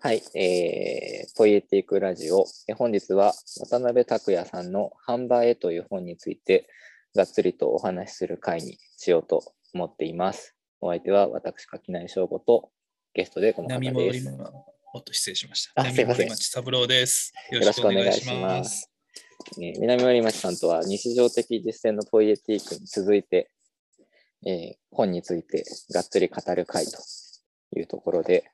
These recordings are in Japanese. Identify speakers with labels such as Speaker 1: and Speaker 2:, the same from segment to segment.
Speaker 1: はい、えー、ポイエティクラジオ。えー本日は渡辺拓也さんの販売へという本について、がっつりとお話しする会にしようと思っています。お相手は私、垣内翔吾とゲストでこの方
Speaker 2: 波戻
Speaker 1: で
Speaker 2: り
Speaker 1: す。よ
Speaker 2: ま、おっと失礼しました。
Speaker 1: あすいません
Speaker 2: 波戻り町三郎です。よ
Speaker 1: ろしくお願いします。。えー南森町さんとは日常的実践のポイエティクに続いて、えー本についてがっつり語る会というところで、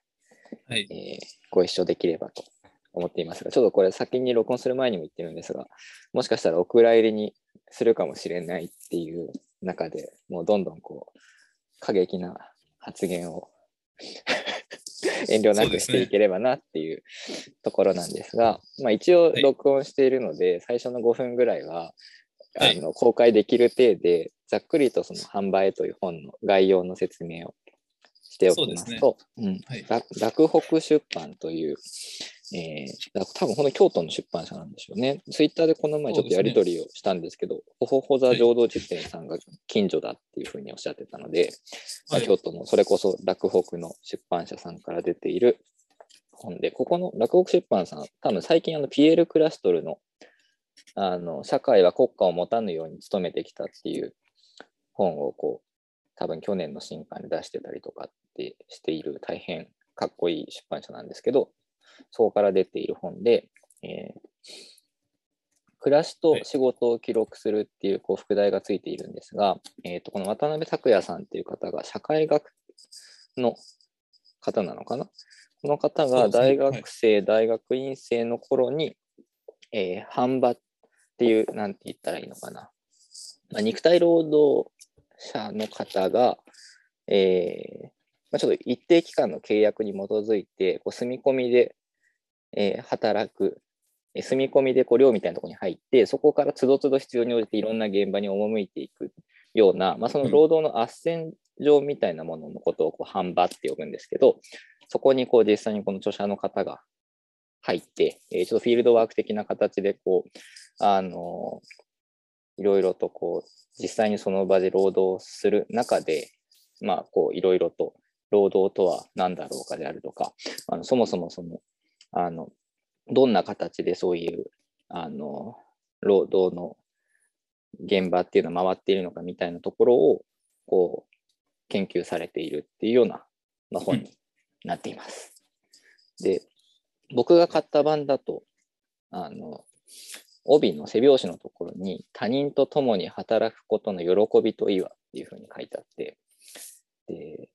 Speaker 2: はい。
Speaker 1: えーご一緒できればと思っていますが、ちょっとこれ先に録音する前にも言ってるんですが、もしかしたらお蔵入りにするかもしれないっていう中でもうどんどんこう、過激な発言を遠慮なくしていければなっていうところなんですが、まあ一応
Speaker 2: はい
Speaker 1: 録音しているので、最初の5分ぐらいは、
Speaker 2: は
Speaker 1: あ
Speaker 2: い
Speaker 1: の公開できる体で、ざっくりとその販売という本の概要の説明をしておきますと、うん、
Speaker 2: はい。
Speaker 1: ら洛北出版という、えー、多分この京都の出版社なんでしょうね。ツイッターでこの前ちょっとやり取りをしたんですけど、ほほほ座浄土実践さんが近所だっていうふうにおっしゃってたので、まあ
Speaker 2: はい
Speaker 1: 京都のそれこそ洛北の出版社さんから出ている本で、ここの洛北出版さん、多分最近あのピエール・クラストルのあの社会は国家を持たぬように努めてきたっていう本をこう多分去年の新刊で出してたりとかってしている大変かっこいい出版社なんですけど、そこから出ている本で、えー暮らしと仕事を記録するっていうこう副題がついているんですが、えー、とこの渡辺拓也さんっていう方が社会学の方なのかなこの方が
Speaker 2: そうです
Speaker 1: 大
Speaker 2: ねはい
Speaker 1: 学生、大学院生の頃に、えー、販売っていう、なんて言ったらいいのかな。まあ、肉体労働者の方が、えーまあ、ちょっと一定期間の契約に基づいて、こう住み込みで、えー働く、えー住み込みでこう寮みたいなところに入って、そこからつどつど必要に応じていろんな現場に赴いていくような、まあ、その労働の斡旋状みたいなもののことをこう販売って呼ぶんですけど、そこにこう実際にこの著者の方が入って、えーちょっとフィールドワーク的な形でこう、あのいろいろとこう実際にその場で労働する中で、まあ、こういろいろと労働とは何だろうかであるとか、あのそもそもそのあのどんな形でそういうあの労働の現場っていうのは回っているのかみたいなところをこう研究されているっていうような、まあ、本になっています。で僕が買った版だとあの帯の背表紙のところに「他人と共に働くことの喜びといいわ」っていうふうに書いてあってで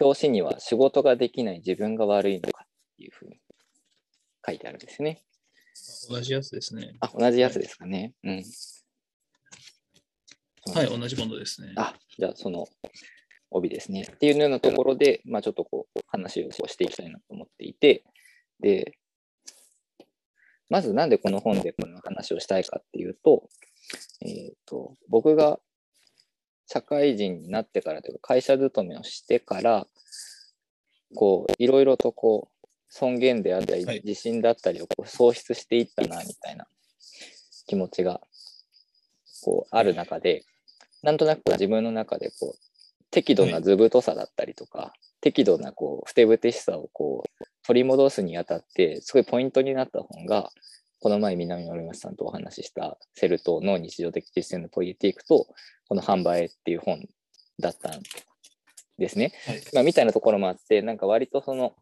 Speaker 1: 表紙には「仕事ができない自分が悪いのか」っていうふうに書いてあるんですね。
Speaker 2: 同じやつですね。
Speaker 1: あ同じやつですかね。うん
Speaker 2: はい、同じものですね。
Speaker 1: あじゃあその帯ですね。っていうようなところで、まあ、ちょっとこう話をしていきたいなと思っていて、で、まずなんでこの本でこの話をしたいかっていうと、えっ、と、僕が社会人になってからというか、会社勤めをしてから、こう、いろいろとこう、尊厳であったり
Speaker 2: はい、
Speaker 1: 自信だったりをこう喪失していったな、みたいな気持ちが、こう、ある中で、なんとなく自分の中でこう適度な図太さだったりとか、適度なこうふてぶてしさをこう取り戻すにあたってすごいポイントになった本がこの前南森町さんとお話ししたセルトの日常的実践のポイエティクとこの販売っていう本だったんですね。
Speaker 2: はい。
Speaker 1: まあ、みたいなところもあってなんか割とその、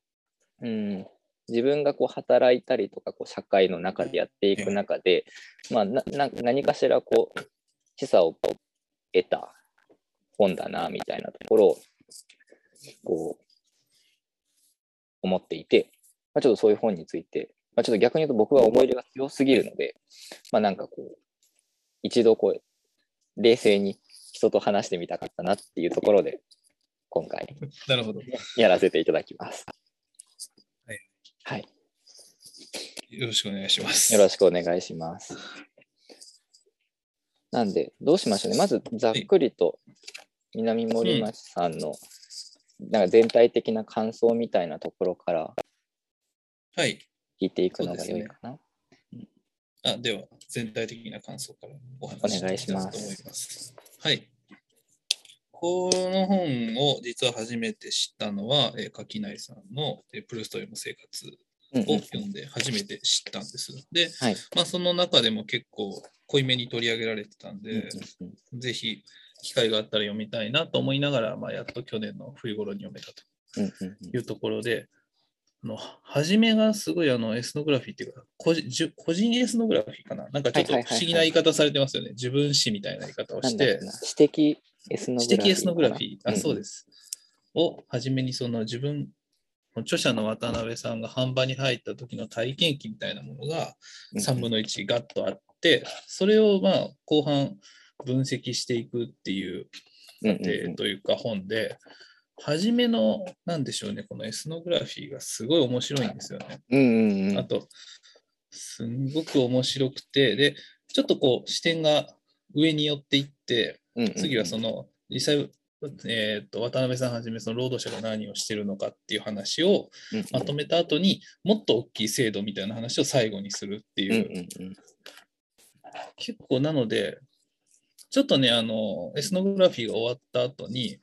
Speaker 1: うん、自分がこう働いたりとかこう社会の中でやっていく中で、まあ、なな何かしらこう示唆をこう得た本だなみたいなところをこう思っていて、まあ、ちょっとそういう本について、まあ、ちょっと逆に言うと僕は思い入れが強すぎるので、まあ、なんかこう一度こう冷静に人と話してみたかったなっていうところで今回
Speaker 2: なるほど。
Speaker 1: やらせていただきます。
Speaker 2: はい。
Speaker 1: はい。
Speaker 2: よろしくお願いします。
Speaker 1: よろしくお願いします。なんで、どうしましょうね。まず、ざっくりと、南森町さんの、なんか全体的な感想みたいなところから
Speaker 2: はい。
Speaker 1: 聞いていくのが
Speaker 2: そうです
Speaker 1: 良
Speaker 2: ね
Speaker 1: いかな。
Speaker 2: あでは、全体的な感想からお話し
Speaker 1: お願い
Speaker 2: し
Speaker 1: したます
Speaker 2: いと思います。はい。この本を実は初めて知ったのは、えー垣内さんの、えープルストイム生活
Speaker 1: うんう
Speaker 2: を
Speaker 1: ん
Speaker 2: 読んで初めて知ったんです。で、
Speaker 1: はい
Speaker 2: まあ、その中でも結構濃いめに取り上げられてたん
Speaker 1: うんうん
Speaker 2: で、ぜひ機会があったら読みたいなと思いながら、まあ、やっと去年の冬頃に読めたと
Speaker 1: うんうんうん
Speaker 2: いうところで、あの初めがすごいあのエスノグラフィーっていうか個人、じゅ個人エスノグラフィーかななんかちょっと
Speaker 1: はいはいはいはい
Speaker 2: 不思議な言い方されてますよね。自分史みたいな言い方を
Speaker 1: な
Speaker 2: し
Speaker 1: んだろ
Speaker 2: て
Speaker 1: う。な私的エスノグラフィー
Speaker 2: 知的エスノグラフィー、
Speaker 1: う
Speaker 2: あ
Speaker 1: ん
Speaker 2: そうです。をはじめにその自分、著者の渡辺さんが販売に入った時の体験記みたいなものが3分の1ガッとあって、それをまあ後半分析していくっていう
Speaker 1: うんうんうん
Speaker 2: でというか本で、初めの、なんでしょうね、このエスノグラフィーがすごい面白いんですよね。
Speaker 1: うんうんうん
Speaker 2: あと、すんごく面白くて、で、ちょっとこう視点が上に寄っていって、
Speaker 1: うんうん
Speaker 2: 次はその実際、えー、と渡辺さんはじめその労働者が何をしてるのかっていう話を
Speaker 1: うんうん
Speaker 2: まとめた後にもっと大きい制度みたいな話を最後にするっていうう、
Speaker 1: んうんうん
Speaker 2: 結構なのでちょっとねあのエスノグラフィーが終わった後に、
Speaker 1: うん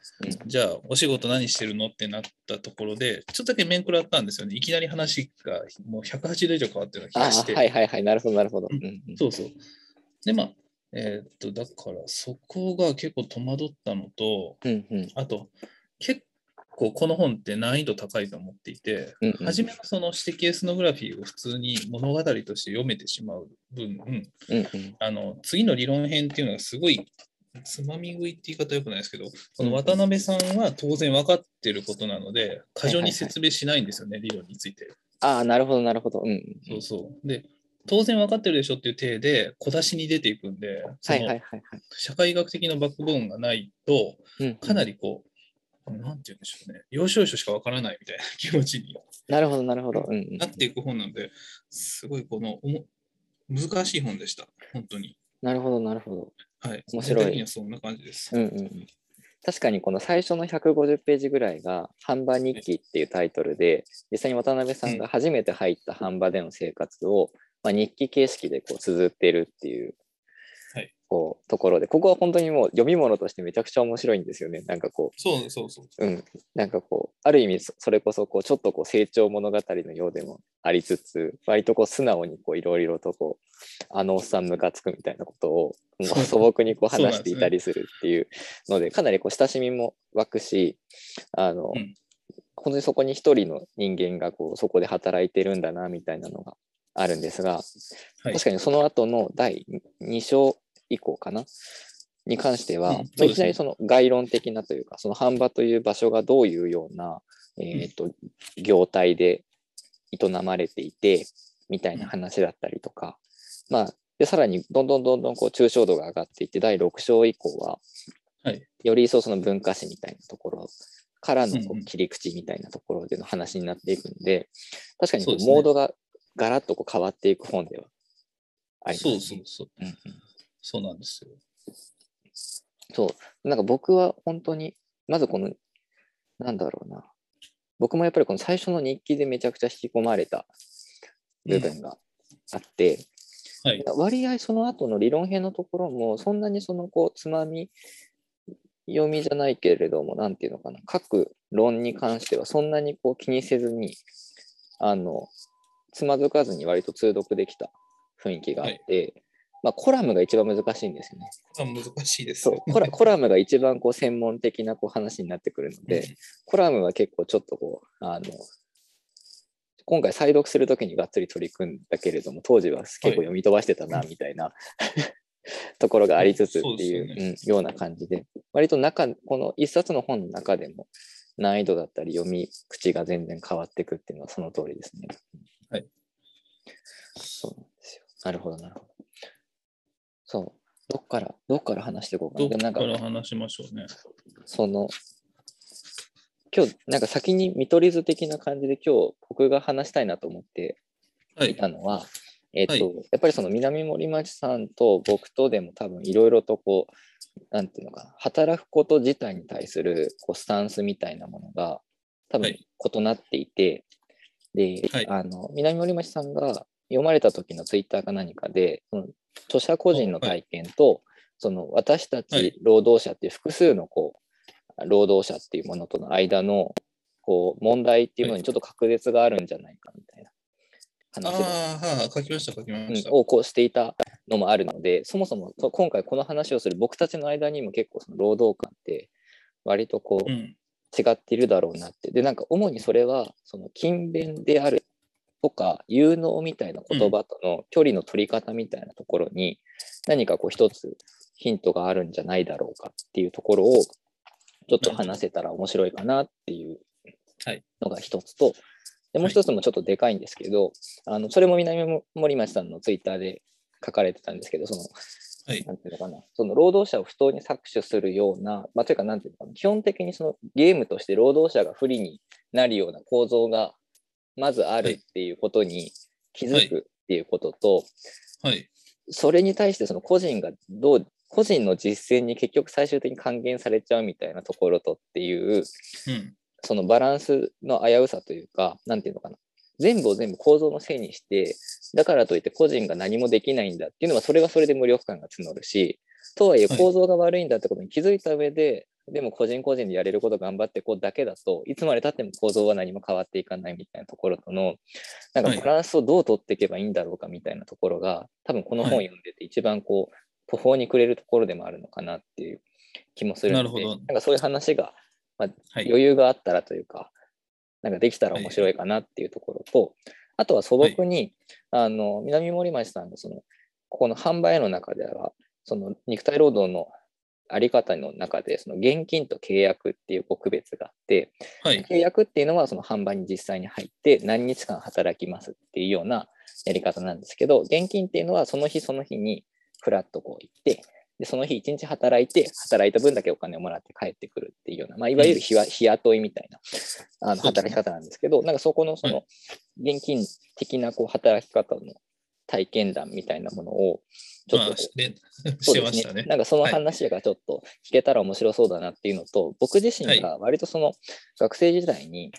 Speaker 2: じゃあお仕事何してるのってなったところでちょっとだけ面食らったんですよねいきなり話がもう180度以上変わってるような気
Speaker 1: あ
Speaker 2: がして、
Speaker 1: はいはいはいなるほどなるほど、
Speaker 2: う
Speaker 1: うんうん
Speaker 2: そうそうでまあえーっとだからそこが結構戸惑ったのと
Speaker 1: うんうん
Speaker 2: あと、結構この本って難易度高いと思っていて、
Speaker 1: うんうん
Speaker 2: 初めのその指摘エスノグラフィーを普通に物語として読めてしまう分、うん
Speaker 1: うんうん
Speaker 2: あの次の理論編っていうのがすごいつまみ食いって言い方よくないですけど、こ
Speaker 1: う
Speaker 2: の
Speaker 1: ん
Speaker 2: 渡辺さんは当然分かってることなので、過
Speaker 1: は
Speaker 2: 剰
Speaker 1: いはいはい
Speaker 2: に説明しないんですよね、理論について。
Speaker 1: ああ、なるほど、なるほど。うんうんう
Speaker 2: そ
Speaker 1: ん。
Speaker 2: うそう。で当然分かってるでしょっていう体で小出しに出ていくんで、そ
Speaker 1: はい
Speaker 2: の
Speaker 1: はいはいはい
Speaker 2: 社会学的なバックボーンがないと、。
Speaker 1: うん
Speaker 2: かなりこう、なんて言うんでしょうね、要所要所しかわからないみたいな気持ちに
Speaker 1: なるほど、なるほど。うんうん
Speaker 2: なっていく本なんで、すごいこのおも難しい本でした、本当に。
Speaker 1: なるほど、なるほど。
Speaker 2: はい。
Speaker 1: 面白い
Speaker 2: 全体的にはそんな感じです。
Speaker 1: うんうんうん。確かにこの最初の150ページぐらいが「半場日記」っていうタイトルで実際に渡辺さんが初めて入った半場での生活を、まあ、日記形式でこう綴ってるっていう,、
Speaker 2: はい
Speaker 1: こうところでここは本当にもう読み物としてめちゃくちゃ面白いんですよねなんかこう
Speaker 2: そうそうそう。
Speaker 1: うん、なんかこうある意味そそれこそこうちょっとこう成長物語のようでもありつつ割とこう素直にこういろいろとこうあのおっさんムカつくみたいなことをもう素朴にこう
Speaker 2: そうなん
Speaker 1: 話し
Speaker 2: です
Speaker 1: ていたりするっていうのでかなりこう親しみも湧くしあの、
Speaker 2: うん
Speaker 1: 本当にそこに一人の人間がこうそこで働いてるんだなみたいなのがあるんですが、
Speaker 2: はい
Speaker 1: 確かにその後の第2章以降かなに関しては、
Speaker 2: うん
Speaker 1: ま
Speaker 2: そう
Speaker 1: あ
Speaker 2: ですね
Speaker 1: いきなりその概論的なというかその半場という場所がどういうような、えーと業態で営まれていてみたいな話だったりとか、まあ、でさらにどんどんどんどんこう抽象度が上がっていって第6章以降は、
Speaker 2: はい
Speaker 1: より一層その文化史みたいなところからのこ
Speaker 2: うんう
Speaker 1: うん切り口みたいなところでの話になっていくんで、確かにこ
Speaker 2: そう
Speaker 1: う
Speaker 2: ですね
Speaker 1: モードがガラッとこう変わっていく本ではあります、
Speaker 2: そう
Speaker 1: ね。
Speaker 2: そうそう。
Speaker 1: うんうん
Speaker 2: そうなんですよ。
Speaker 1: そう。なんか僕は本当に、まずこの、なんだろうな。僕もやっぱりこの最初の日記でめちゃくちゃ引き込まれた部分があって、
Speaker 2: はい。
Speaker 1: 割合その後の理論編のところもそんなにそのこうつまみ読みじゃないけれどもなんていうのかな各論に関してはそんなにこう気にせずにあのつまずかずに割と通読できた雰囲気があって、まあコラムが一番難しいんですよね。
Speaker 2: これは難しいです
Speaker 1: そ
Speaker 2: よ。
Speaker 1: う コラコラムが一番こう専門的なこう話になってくるの
Speaker 2: うん
Speaker 1: で、コラムは結構ちょっとこう、あの、今回再読するときにがっつり取り組んだけれども、当時は結構読み飛ばしてたな、みたいな ところがありつつっていう
Speaker 2: そうですよ
Speaker 1: うんような感じで、割と中、この一冊の本の中でも難易度だったり読み口が全然変わってくっていうのはその通りですね。
Speaker 2: はい。
Speaker 1: そうなんですよ。なるほど、なるほど。そう。どっから、どっから話していこうかな。
Speaker 2: ど
Speaker 1: でもなん
Speaker 2: っ
Speaker 1: か
Speaker 2: から話しましょうね。
Speaker 1: その今日なんか先に見取り図的な感じで今日僕が話したいなと思って
Speaker 2: はい
Speaker 1: い。たのは、えっと
Speaker 2: はい
Speaker 1: やっぱりその南森町さんと僕とでも多分いろいろとこうなんていうのかな働くこと自体に対するこうスタンスみたいなものが多
Speaker 2: は
Speaker 1: 分
Speaker 2: い
Speaker 1: 異なっていて、で、
Speaker 2: はい
Speaker 1: あの南森町さんが読まれた時のツイッターか何かでその著者個人の体験と、その私た
Speaker 2: はい
Speaker 1: ち労働者っていう複数のこう労働者っていうものとの間のこう問題っていうものにちょっと確絶があるんじゃないかみたいな可能性が
Speaker 2: ああ、はい、書きました、書きま
Speaker 1: うん
Speaker 2: した。
Speaker 1: をこうしていたのもあるのでそもそもこ今回この話をする僕たちの間にも結構その労働観って割とこう
Speaker 2: うん。
Speaker 1: 違っているだろうなってでなんか主にそれはその勤勉であるとか有能みたいな言葉との距離の取り方みたいなところに何かこう一つヒントがあるんじゃないだろうかっていうところをちょっと話せたら面白いかなっていう
Speaker 2: はい
Speaker 1: のが一つと、でもう一つもちょっとでかいんですけど、あのそれも南森町さんのツイッターで書かれてたんですけどその
Speaker 2: はい。
Speaker 1: なんていうのかな、その労働者を不当に搾取するような、まあ、というか、なんていうのかな、基本的にそのゲームとして労働者が不利になるような構造がまずあ
Speaker 2: はい
Speaker 1: るっていうことに気づくっていうことと、
Speaker 2: はい。
Speaker 1: それに対してその個人がどう、個人の実践に結局最終的に還元されちゃうみたいなところとっていう、
Speaker 2: うん。
Speaker 1: そのバランスの危うさというか、なんていうのかな。全部を全部構造のせいにして、だからといって個人が何もできないんだっていうのは、それはそれで無力感が募るし、とはいえ
Speaker 2: はい
Speaker 1: 構造が悪いんだってことに気づいた上で、でも個人個人でやれること頑張ってこうだけだといつまでたっても構造は何も変わっていかないみたいなところとのなんか
Speaker 2: はい
Speaker 1: バランスをどう取っていけばいいんだろうかみたいなところが多分この本
Speaker 2: は
Speaker 1: 読んでて一番こう途方に暮れるところでもあるのかなっていう気もするので
Speaker 2: なるほど
Speaker 1: んかそういう話が
Speaker 2: はい。
Speaker 1: 余裕があったらというか、なんかできたら面白いかなっていうところと、あとは素朴に、あの南森町さんのそのここの販売の中では、その肉体労働のあり方の中で、その現金と契約っていうこう区別があって、
Speaker 2: はい。
Speaker 1: 契約っていうのはその販売に実際に入って何日間働きますっていうようなやり方なんですけど、現金っていうのはその日その日にフラッとこう行って、でその日一日働いて、働いた分だけお金をもらって帰ってくるっていうような、まあ、いわゆる日は日雇いみたいなあの
Speaker 2: そうですね
Speaker 1: 働き方なんですけど、なんかそこのその現金的なこう働き方の体験談みたいなものをちょっ
Speaker 2: ま
Speaker 1: とこう
Speaker 2: あ、しれ
Speaker 1: そう
Speaker 2: して
Speaker 1: で
Speaker 2: ますしたね。
Speaker 1: なんかその話がちょっと聞けたら面白そうだなっていうのと、僕自身が割とその学生時代に、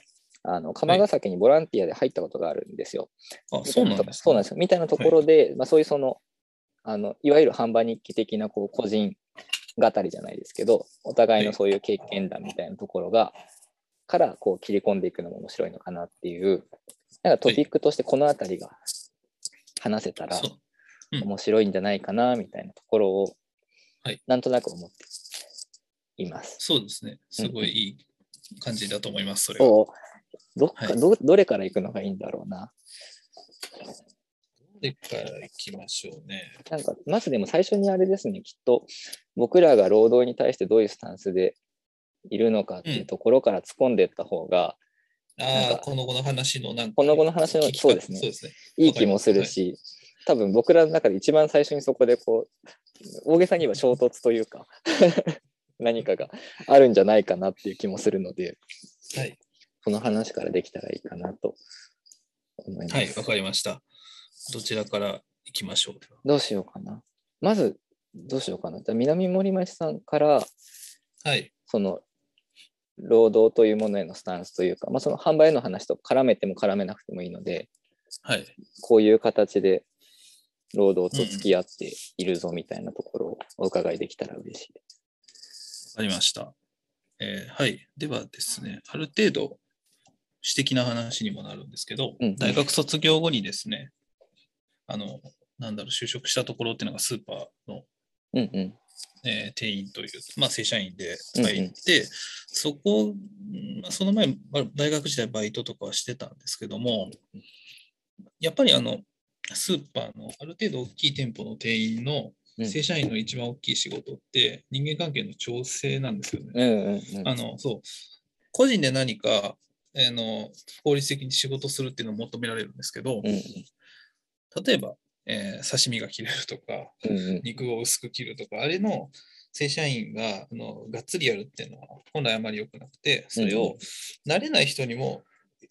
Speaker 1: あの釜ヶ崎にボランティアで入ったことがあるんですよ。
Speaker 2: あ、そうなんです
Speaker 1: そう
Speaker 2: か
Speaker 1: なんですよ。みたいなところで、まあ、そういうそのあの、いわゆる販売日記的なこう個人語りじゃないですけど、お互いのそういう経験談みたいなところが、からこう切り込んでいくのも面白いのかなっていう、なんかトピックとしてこの辺りが話せたら、
Speaker 2: そううん
Speaker 1: 面白いんじゃないかなみたいなところを、
Speaker 2: はい
Speaker 1: なんとなく思っています。
Speaker 2: そうですね。すごいいい感じだと思います、それは。
Speaker 1: おどっか、
Speaker 2: はい
Speaker 1: どどれから行くのがいいんだろうな。
Speaker 2: でからいきましょうね。
Speaker 1: なんかまずでも最初にあれですねきっと僕らが労働に対してどういうスタンスでいるのかっていうところから突っ込んでいった方がなん
Speaker 2: ああ、
Speaker 1: か
Speaker 2: この後の話のなんか。
Speaker 1: この後の話の
Speaker 2: 聞き方
Speaker 1: そうですね
Speaker 2: そうですね。
Speaker 1: いい気もするし、多分僕らの中で一番最初にそこでこう大げさに言えば衝突というか 何かがあるんじゃないかなっていう気もするので
Speaker 2: はい。
Speaker 1: この話からできたらいいかなと思います。
Speaker 2: はい、わかりました。どちらから行きましょう。
Speaker 1: どうしようかな。まず、どうしようかな。じゃあ南森町さんから、
Speaker 2: はい。
Speaker 1: その、労働というものへのスタンスというか、まあ、その販売の話と絡めても絡めなくてもいいので、
Speaker 2: はい。
Speaker 1: こういう形で労働と付き合っているぞみたいなところをお伺いできたら嬉しいです。
Speaker 2: わかりました。えーはい。ではですね、ある程度、私的な話にもなるんですけど、
Speaker 1: うん
Speaker 2: 大学卒業後にですね、あの、なんだろう、就職したところっていうのがスーパーの、
Speaker 1: うんうん。
Speaker 2: えー店員という、まあ、正社員で
Speaker 1: うんうん
Speaker 2: 入って、そこ、うんまあその前、まあ大学時代バイトとかはしてたんですけども、やっぱりあの、スーパーのある程度大きい店舗の店員の
Speaker 1: うん
Speaker 2: 正社員の一番大きい仕事って人間関係の調整なんですよね。
Speaker 1: うんうんうん
Speaker 2: あの、そう。個人で何か、あの、効率的に仕事するっていうのを求められるんですけど
Speaker 1: う、ん
Speaker 2: 例えば、えー刺身が切れるとか、
Speaker 1: うんうん
Speaker 2: 肉を薄く切るとか、あれの正社員があのがっつりやるっていうのは本来あまり良くなくて、それ
Speaker 1: うん
Speaker 2: を慣れない人にも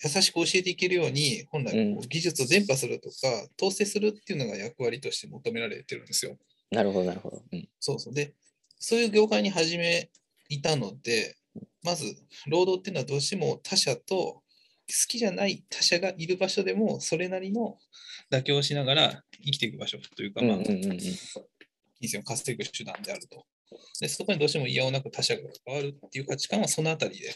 Speaker 2: 優しく教えていけるように、本来こ
Speaker 1: う
Speaker 2: う技術を伝播するとか、統制するっていうのが役割として求められてるんですよ。
Speaker 1: なるほどなるほど。うん
Speaker 2: そうそう。で、そういう業界に始めいたので、まず、労働っていうのはどうしても他者と、好きじゃない他者がいる場所でも、それなりの妥協をしながら生きていく場所というか、
Speaker 1: うん
Speaker 2: ま
Speaker 1: う
Speaker 2: あ、
Speaker 1: んうんうん
Speaker 2: 金銭を稼ぐ手段であると。で、そこにどうしても嫌をなく他者が関わるっていう価値観は、そのあたりで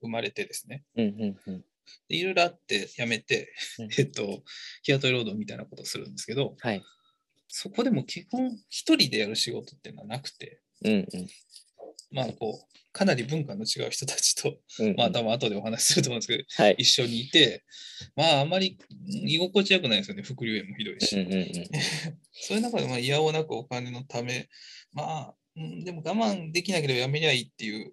Speaker 2: 生まれてですね。
Speaker 1: うんうんうん
Speaker 2: でいろいろあってやめて、
Speaker 1: うん
Speaker 2: えっと、日雇い労働みたいなことをするんですけど、
Speaker 1: はい。
Speaker 2: そこでも基本一人でやる仕事っていうのはなくて、
Speaker 1: うんうん
Speaker 2: まあこう、かなり文化の違う人たちと、
Speaker 1: うんうん。
Speaker 2: まあ多分後でお話しすると思うんですけど、
Speaker 1: はい。
Speaker 2: 一緒にいて、まああまりうん居心地よくないですよね、副流炎もひどいし。
Speaker 1: うんうんうん。
Speaker 2: そういう中で、まあ、いやおなくお金のため、まあ、うんでも我慢できなければやめりゃいいっていう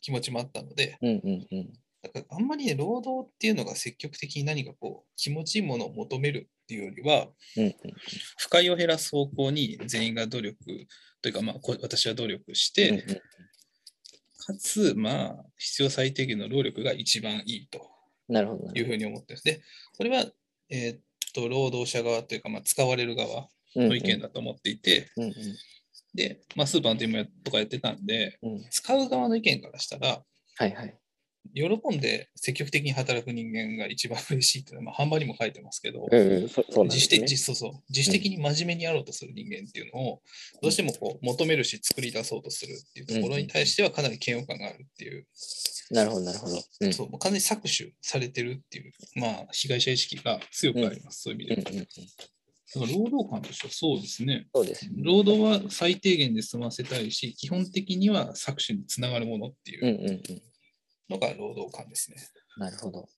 Speaker 2: 気持ちもあったので、
Speaker 1: うんうんうん。
Speaker 2: だからあんまりね、労働っていうのが積極的に何かこう、気持ちいいものを求めるっていうよりは、
Speaker 1: うんうん
Speaker 2: 不快を減らす方向に全員が努力というか、まあ、こ私は努力して、かつ、まあ、必要最低限の労力が一番いいと
Speaker 1: なるほどな
Speaker 2: いう
Speaker 1: る
Speaker 2: ふうに思ってます。で、それは、えーっと、労働者側というか、まあ、使われる側
Speaker 1: ほど。
Speaker 2: の意見だと思っていて、
Speaker 1: うんうん
Speaker 2: で、まあ、スーパーの店員とかやってたんで、
Speaker 1: うんうん。
Speaker 2: 使う側の意見からしたら、
Speaker 1: はいはい。
Speaker 2: 喜んで積極的に働く人間が一番嬉しいっていうのは、まあ、販売にも書いてますけど、
Speaker 1: うんうん。そそうなんで
Speaker 2: 自主
Speaker 1: す
Speaker 2: 的
Speaker 1: ね。
Speaker 2: 自そうそう自主的に真面目にやろうとする人間っていうのを、どうしてもこう求めるし、作り出そうとするっていうところに対しては、かなり嫌悪感があるっていう、
Speaker 1: なるほどなるほど。うん
Speaker 2: そうもう完全に搾取されてるっていう、まあ、被害者意識が強くあります、そういう意
Speaker 1: うん
Speaker 2: 味
Speaker 1: う
Speaker 2: で。
Speaker 1: んうん。
Speaker 2: だから労働観としてはそうですね。
Speaker 1: そうですよ。
Speaker 2: 労働は最低限で済ませたいし、基本的には搾取につながるものっていう
Speaker 1: うんうんうん。
Speaker 2: のが労働観ですね。
Speaker 1: なるほど。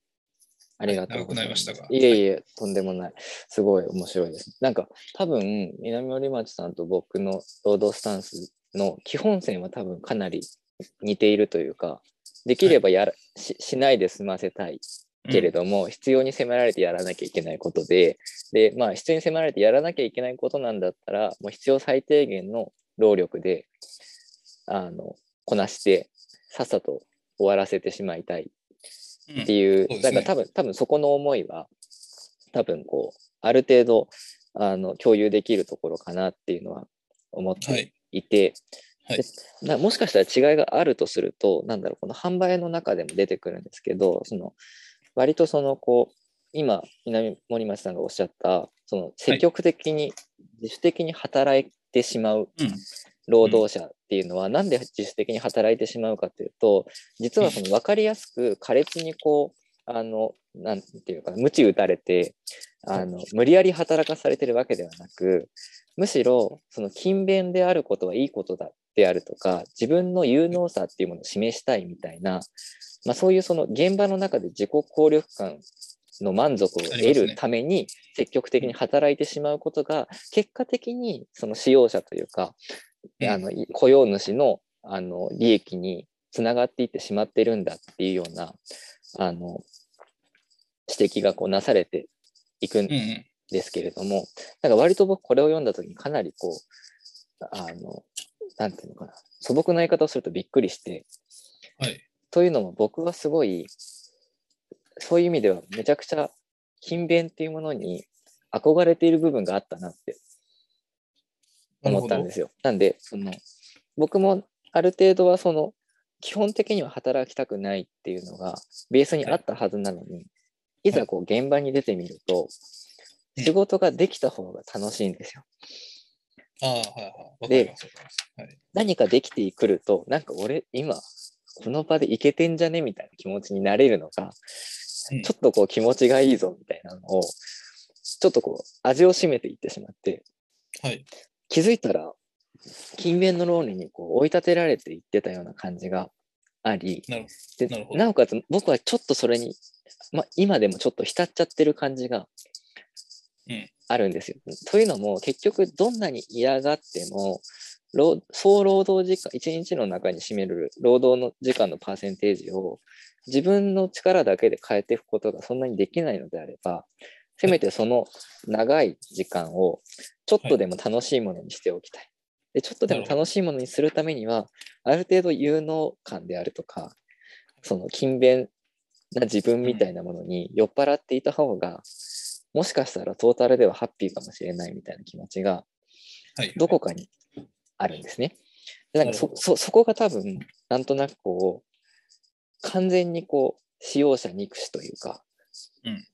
Speaker 1: ありがとうございます。
Speaker 2: 長くなりましたが
Speaker 1: いえいえ、とんでもない。すごい面白いです。なんか、多分、南森町さんと僕の労働スタンスの基本線は多分かなり似ているというか、できればやら、ししないで済ませたいけれ
Speaker 2: ど、
Speaker 1: ども、必要に迫られてやらなきゃいけないことで、で、まあ、必要に迫られてやらなきゃいけないことなんだったら、もう必要最低限の労力で、あの、こなして、さっさと終わらせてしまいたい
Speaker 2: うん
Speaker 1: っていう、
Speaker 2: そうです
Speaker 1: な
Speaker 2: ね
Speaker 1: んか多分、多分そこの思いは、多分こう、ある程度、あの、共有できるところかなっていうのは思っ
Speaker 2: は
Speaker 1: て
Speaker 2: い、
Speaker 1: いて、
Speaker 2: はい
Speaker 1: でなもしかしたら違いがあるとすると、なんだろう、この販売の中でも出てくるんですけど、その、割とその、こう、今、南森町さんがおっしゃった、その、積極的に、自主的に働いてしまう
Speaker 2: うん
Speaker 1: 労働者っていうのは、なんで自主的に働いてしまうかというと実はその分かりやすく苛烈にこうあのなんていうかな鞭打たれてあの無理やり働かされてるわけではなくむしろその勤勉であることはいいことだであるとか自分の有能さっていうものを示したいみたいな、まあ、そういうその現場の中で自己効力感の満足を得
Speaker 2: あります
Speaker 1: る
Speaker 2: ね
Speaker 1: ために積極的に働いてしまうことが結果的にその使用者というか
Speaker 2: うん
Speaker 1: あのい雇用主のあの利益につながっていってしまってるんだっていうようなあの指摘がこうなされていくん
Speaker 2: うんうん
Speaker 1: ですけれども、なんか割と僕これを読んだ時にかなりこうあのなんていうのかな素朴な言い方をするとびっくりして
Speaker 2: はい、
Speaker 1: というのも僕はすごいそういう意味ではめちゃくちゃ勤勉っていうものに憧れている部分があったなって
Speaker 2: なる
Speaker 1: 思
Speaker 2: ほ
Speaker 1: ったん
Speaker 2: ど
Speaker 1: で。すよ。なんでその僕もある程度はその基本的には働きたくないっていうのがベースにあったはずなのに、い、ざこう現場に出てみると、
Speaker 2: うん
Speaker 1: 仕事ができた方が楽しいんですよ。
Speaker 2: ああ、はいはい。わかります。わかりますはい、
Speaker 1: 何かできてくるとなんか俺今この場でいけてんじゃねみたいな気持ちになれるのか、
Speaker 2: うん
Speaker 1: ちょっとこう気持ちがいいぞみたいなのをちょっとこう味を占めていってしまって
Speaker 2: はい。
Speaker 1: 気づいたら勤勉のローニにこう追い立てられていってたような感じがあり
Speaker 2: なる
Speaker 1: で
Speaker 2: なるほど
Speaker 1: なおかつ僕はちょっとそれに、まあ、今でもちょっと浸っちゃってる感じが
Speaker 2: うん
Speaker 1: あるんですよ。というのも結局どんなに嫌がっても労総労働時間一日の中に占める労働の時間のパーセンテージを自分の力だけで変えていくことがそんなにできないのであればせめてその長い時間をちょっとでも楽しいものにしておきたい。でちょっとでも楽しいものにするためにはある程度有能感であるとかその勤勉な自分みたいなものに酔っ払っていた方がもしかしたらトータルではハッピーかもしれないみたいな気持ちが
Speaker 2: はい。
Speaker 1: どこかにあるんですね。でなんか
Speaker 2: なる
Speaker 1: そ
Speaker 2: ほど
Speaker 1: そそこが多分なんとなくこう完全にこう使用者憎しというか、
Speaker 2: うん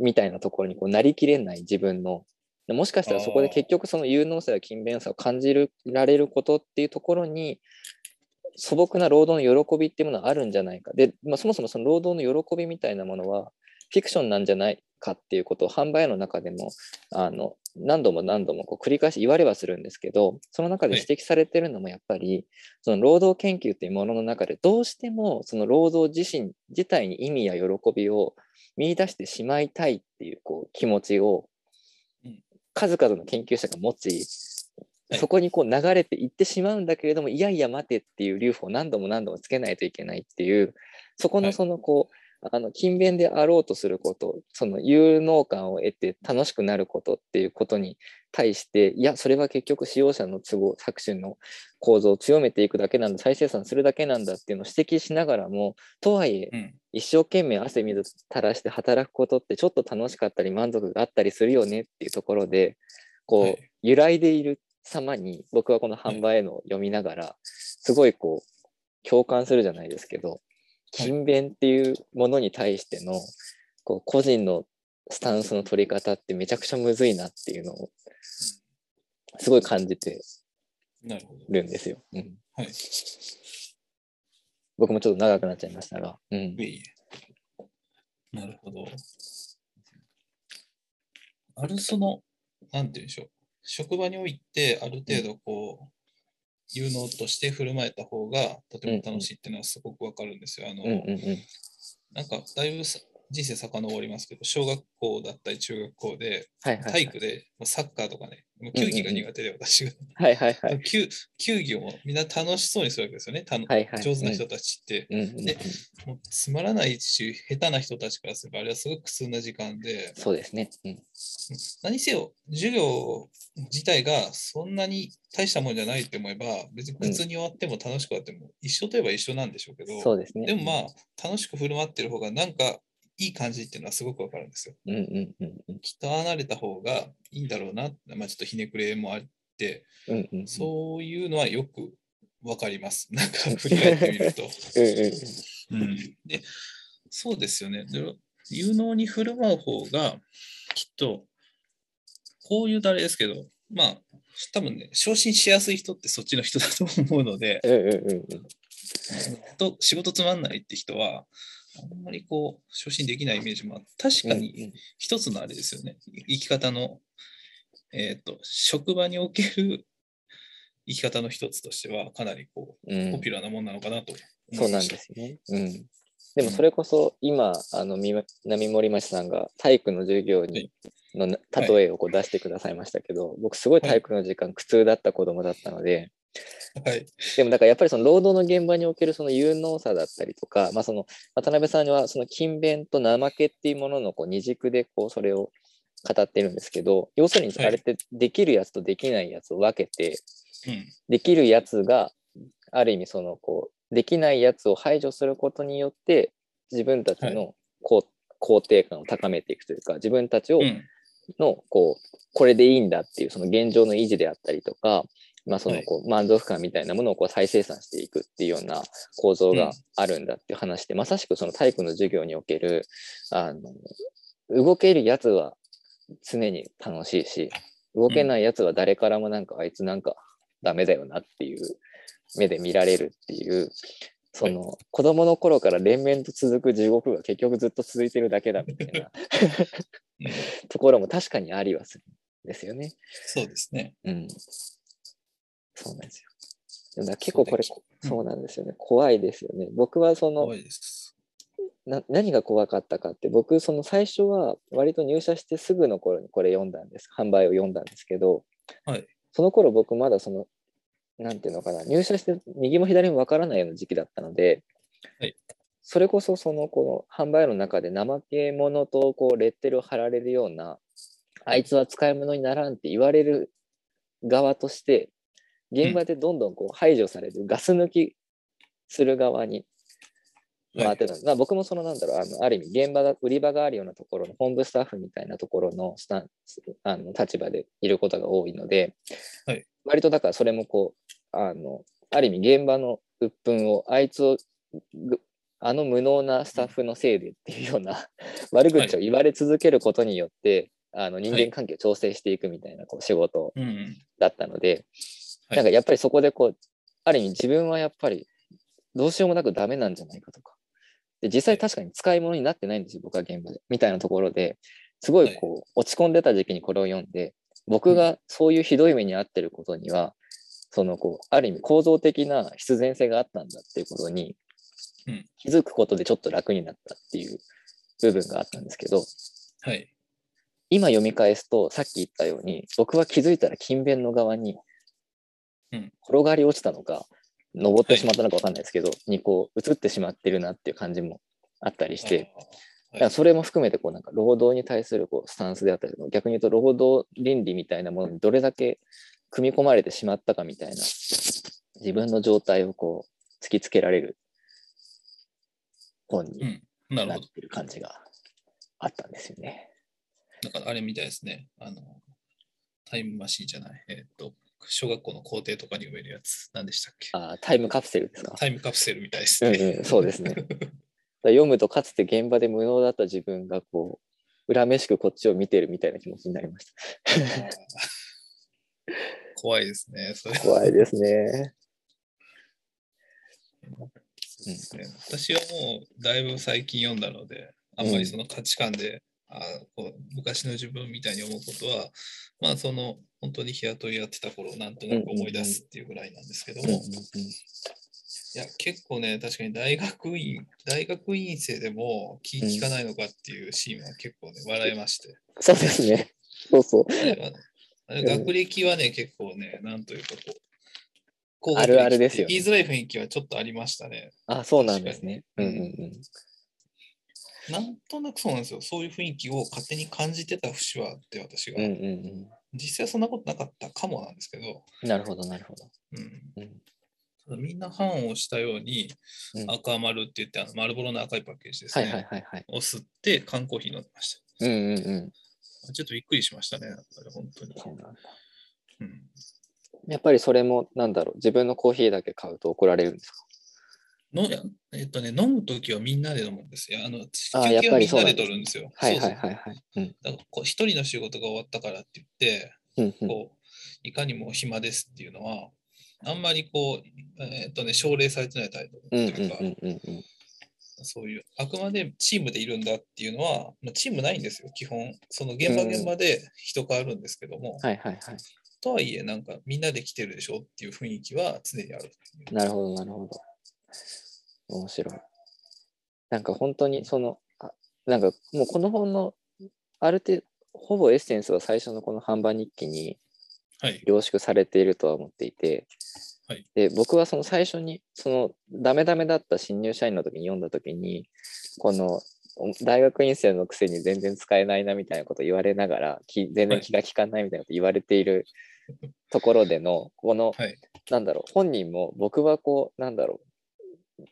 Speaker 1: みたいなところにこうなりきれない自分のでもしかしたらそこで
Speaker 2: あー
Speaker 1: 結局その有能さや勤勉さを感じるられることっていうところに素朴な労働の喜びっていうものはあるんじゃないか。で、まあ、そもそもその労働の喜びみたいなものはフィクションなんじゃないかっていうことを販売屋の中でもあの何度も何度もこう繰り返し言われはするんですけど、その中で指摘されてるのもやっぱり、その労働研究っていうものの中でどうしてもその労働自身自体に意味や喜びを見出してしまいたいっていうこう気持ちを数々の研究者が持ち、
Speaker 2: はい
Speaker 1: そこにこう流れていってしまうんだけれども、いやいや待てっていう留保を何度も何度もつけないといけないっていう、そこ
Speaker 2: は
Speaker 1: の
Speaker 2: い
Speaker 1: そのこう、あの勤勉であろうとすること、その有能感を得て楽しくなることっていうことに対して、いや、それは結局使用者の都合、搾取の構造を強めていくだけなんだ、再生産するだけなんだっていうのを指摘しながらも、とはいえ、
Speaker 2: うん
Speaker 1: 一生懸命汗水垂らして働くことってちょっと楽しかったり満足があったりするよねっていうところでこう、
Speaker 2: はい
Speaker 1: 揺らいでいる様に僕はこの販売へのを読みながらすごいこう共感するじゃないですけど勤勉っていうものに対してのこう個人のスタンスの取り方ってめちゃくちゃむずいなっていうのをすごい感じて
Speaker 2: なるほど。
Speaker 1: るんですよ。うん
Speaker 2: はい。
Speaker 1: 僕もちょっと長くなっちゃいましたが。うん
Speaker 2: いえいえなるほど。あるその、なんて言うんでしょう。職場において、ある程度こう、有能として振る舞えた方が、とても楽しいっていうのはすごくわかるんですよ。あの、
Speaker 1: うんうんうん
Speaker 2: なんか、だいぶさ人生遡りますけど、小学校だったり中学校で、
Speaker 1: はいはいは
Speaker 2: 体
Speaker 1: い
Speaker 2: 育で、まあサッカーとかね、もう球技が苦手で、私が。
Speaker 1: はいはいはい。
Speaker 2: 球球技をみんな楽しそうにするわけですよね。たの
Speaker 1: はいはい
Speaker 2: 上手な人たちって。
Speaker 1: うんうんうん
Speaker 2: でもうつまらないし、下手な人たちからすれば、あれはすごく苦痛な時間で、
Speaker 1: そうですね。うん
Speaker 2: 何せよ、授業自体がそんなに大したもんじゃないって思えば、別に苦痛に終わっても楽しくあっても、一緒といえば一緒なんでしょうけど、
Speaker 1: そうですね。
Speaker 2: でもまあ、楽しく振る舞ってる方が、なんかいい感じっていうのはすごくわかるんですよ。
Speaker 1: うんうんうんうん
Speaker 2: きっと離れた方がいいんだろうな、まあ、ちょっとひねくれもあって、
Speaker 1: うんうんうん。
Speaker 2: そういうのはよくわかります。なんか振り返ってみると。
Speaker 1: うんうん うん
Speaker 2: うんで、そうですよね。で有能に振る舞う方が、きっと、こういうとあれですけど、まあ、多分ね、昇進しやすい人ってそっちの人だと思う ので、
Speaker 1: うんうんうんうん。
Speaker 2: と仕事つまんないって人は、あんまりこう、昇進できないイメージもあって確かに一つのあれですよね。生き方の、えっ、と、職場における生き方の一つとしては、かなりこ
Speaker 1: うんう
Speaker 2: う、
Speaker 1: ん
Speaker 2: ポピュラーなもんなのかなと
Speaker 1: そうなんですね。うん。でもそれこそ今、あの、みま波森町さんが体育の授業に、のな
Speaker 2: はい
Speaker 1: 例えをこう出してくださいましたけど、僕すごい体育の時間苦痛だった子供だったので、
Speaker 2: はい。
Speaker 1: でもだからやっぱりその労働の現場におけるその有能さだったりとか、まあ、その渡辺さんはその勤勉と怠けっていうもののこう二軸でこうそれを語ってるんですけど要するに
Speaker 2: はい
Speaker 1: あれってできるやつとできないやつを分けて
Speaker 2: うん。
Speaker 1: できるやつがある意味そのこうできないやつを排除することによって自分たちのこう、肯定感を高めていくというか自分たちを
Speaker 2: うん
Speaker 1: のこうこれでいいんだっていうその現状の維持であったりとか、まあ、その
Speaker 2: はい
Speaker 1: こう満足感みたいなものをこう再生産していくっていうような構造
Speaker 2: うん
Speaker 1: があるんだっていう話で、まさしくその体育の授業におけるあの動けるやつは常に楽しいし動けないやつは誰からもなんかあいつなんかダメだよなっていう目で見られるっていう。その子供の頃から連綿と続く地獄が結局ずっと続いてるだけだみたいな
Speaker 2: うん
Speaker 1: ところも確かにありはするんですよね。
Speaker 2: そうですね。
Speaker 1: うん。そうなんですよ。だから結構これ、
Speaker 2: そう
Speaker 1: そうなんですよね。怖いですよね。僕はその
Speaker 2: 多、いです。
Speaker 1: な何が怖かったかって、僕、その最初は割と入社してすぐの頃にこれ読んだんです。販売を読んだんですけど、
Speaker 2: はい
Speaker 1: その頃僕まだその、なんていうのかな、入社して右も左もわからないような時期だったので、
Speaker 2: はい
Speaker 1: それこそそのこの販売の中で怠け者とこうレッテルを貼られるような、あいつは使い物にならんって言われる側として、現場でどんどんこう排除される、ガス抜きする側に
Speaker 2: はい
Speaker 1: 回ってたんです、まあ、僕もそのなんだろうあのある意味現場が売り場があるようなところの本部スタッフみたいなところのスタンスあの立場でいることが多いので、
Speaker 2: はい
Speaker 1: 割とだからそれもこうあのある意味現場の鬱憤をあいつをぐあの無能なスタッフのせいでっていうような悪口を言われ続けることによって、あの人間関係を調整していくみたいなこう仕事
Speaker 2: うん。
Speaker 1: だったので、
Speaker 2: はい
Speaker 1: なんかやっぱりそこでこうある意味自分はやっぱりどうしようもなくダメなんじゃないかとか。で、実際確かに使い物になってないんですよ、僕は現場で。みたいなところで、すごいこう、落ち込んでた時期にこれを読んで、僕がそういうひどい目に遭ってることには、そのこう、ある意味構造的な必然性があったんだっていうことに
Speaker 2: うん、
Speaker 1: 気づくことでちょっと楽になったっていう部分があったんですけど、
Speaker 2: はい。
Speaker 1: 今読み返すと、さっき言ったように、僕は気づいたら勤勉の側に
Speaker 2: うん、
Speaker 1: 転がり落ちたのか、登ってしまったのか分かんないですけど、にこう、移ってしまってるなっていう感じもあったりして、だからそれも含めてこうなんか労働に対するこうスタンスであったりとか逆に言うと労働倫理みたいなものにどれだけ組み込まれてしまったかみたいな自分の状態をこう突きつけられる本
Speaker 2: う
Speaker 1: に
Speaker 2: ん。なる
Speaker 1: なっ
Speaker 2: ほど。
Speaker 1: てる感じがあったんですよね。
Speaker 2: なんかあれみたいですね。あの、タイムマシンじゃない。えーっと、小学校の校庭とかに植えるやつ。何でしたっけ
Speaker 1: あータイムカプセルですか。
Speaker 2: タイムカプセルみたいです
Speaker 1: うん
Speaker 2: ね。
Speaker 1: うん、そうです ね。だから読むとかつて現場で無能だった自分がこう恨めしくこっちを見てるみたいな気持ちになりました。
Speaker 2: 怖いですね。それ
Speaker 1: 怖いですね。
Speaker 2: ですね。私はもうだいぶ最近読んだので、あんまりその価値観で、あこう昔の自分みたいに思うことは、まあその本当に日雇いやってた頃をなんとなく思い出すっていうぐらいなんですけど
Speaker 1: うんうん
Speaker 2: も、いや結構ね、確かに大学院、大学院生でも気聞かないのかっていうシーンは結構ね、笑えまして。
Speaker 1: そうですね。そうそう。
Speaker 2: あれはねあれ学歴はね、結構ね、なんというかこう、
Speaker 1: あるあるですよね
Speaker 2: 言いづらい雰囲気はちょっとありましたね。
Speaker 1: あ、そうなんですね。うんうんうん。
Speaker 2: なんとなくそうなんですよ。そういう雰囲気を勝手に感じてた節はあって、私が。
Speaker 1: うんうん
Speaker 2: 実際そんなことなかったかもなんですけど、
Speaker 1: うん。なるほど、なるほど。
Speaker 2: うん
Speaker 1: うん
Speaker 2: ただみんな判をしたように、
Speaker 1: うん
Speaker 2: 赤丸って言って、あの丸ボロの赤いパッケージです
Speaker 1: は
Speaker 2: ね。
Speaker 1: いはいはいはい。
Speaker 2: を吸って缶コーヒー飲んでまし
Speaker 1: うんうんうん。
Speaker 2: た。ちょっとびっくりしましたね、やっぱり本当に。
Speaker 1: そうなんだ。
Speaker 2: うん
Speaker 1: やっぱりそれも、なんだろう、自分のコーヒーだけ買うと怒られるんですか
Speaker 2: のえっとね、飲むときはみんなで飲むんですよ。あの、休
Speaker 1: あやっ
Speaker 2: 憩
Speaker 1: ぱ
Speaker 2: は
Speaker 1: り
Speaker 2: みん
Speaker 1: そうな
Speaker 2: な
Speaker 1: んで
Speaker 2: で
Speaker 1: すね
Speaker 2: 取るんですよ。
Speaker 1: はい
Speaker 2: そ
Speaker 1: は
Speaker 2: う
Speaker 1: い
Speaker 2: そう
Speaker 1: はいはい。うん
Speaker 2: だからこう一人の仕事が終わったからって言って、
Speaker 1: うんうん
Speaker 2: こういかにも暇ですっていうのは、あんまりこう、えーっとね、奨励されてない態度
Speaker 1: うんうん
Speaker 2: というか、
Speaker 1: うんうんうん。
Speaker 2: そういう、あくまでチームでいるんだっていうのは、まあ、チームないんですよ、基本。その現場
Speaker 1: うん
Speaker 2: 現場で人変わるんですけども、
Speaker 1: はいはいはい。
Speaker 2: とはいえ、なんかみんなで来てるでしょっていう雰囲気は常にあるっていう。
Speaker 1: なるほどなるほど。面白い。なんか本当にその、あなんかもうこの本の、ある程度、ほぼエッセンスは最初のこの販売日記に、
Speaker 2: はい。
Speaker 1: 凝縮されているとは思っていて、
Speaker 2: はい
Speaker 1: で僕はその最初にそのダメダメだった新入社員の時に読んだ時にこのお大学院生のくせに全然使えないなみたいなこと言われながらき全然気が利かないみたいなこと言われているところでのこの
Speaker 2: はい。
Speaker 1: なんだろう本人も僕はこうなんだろう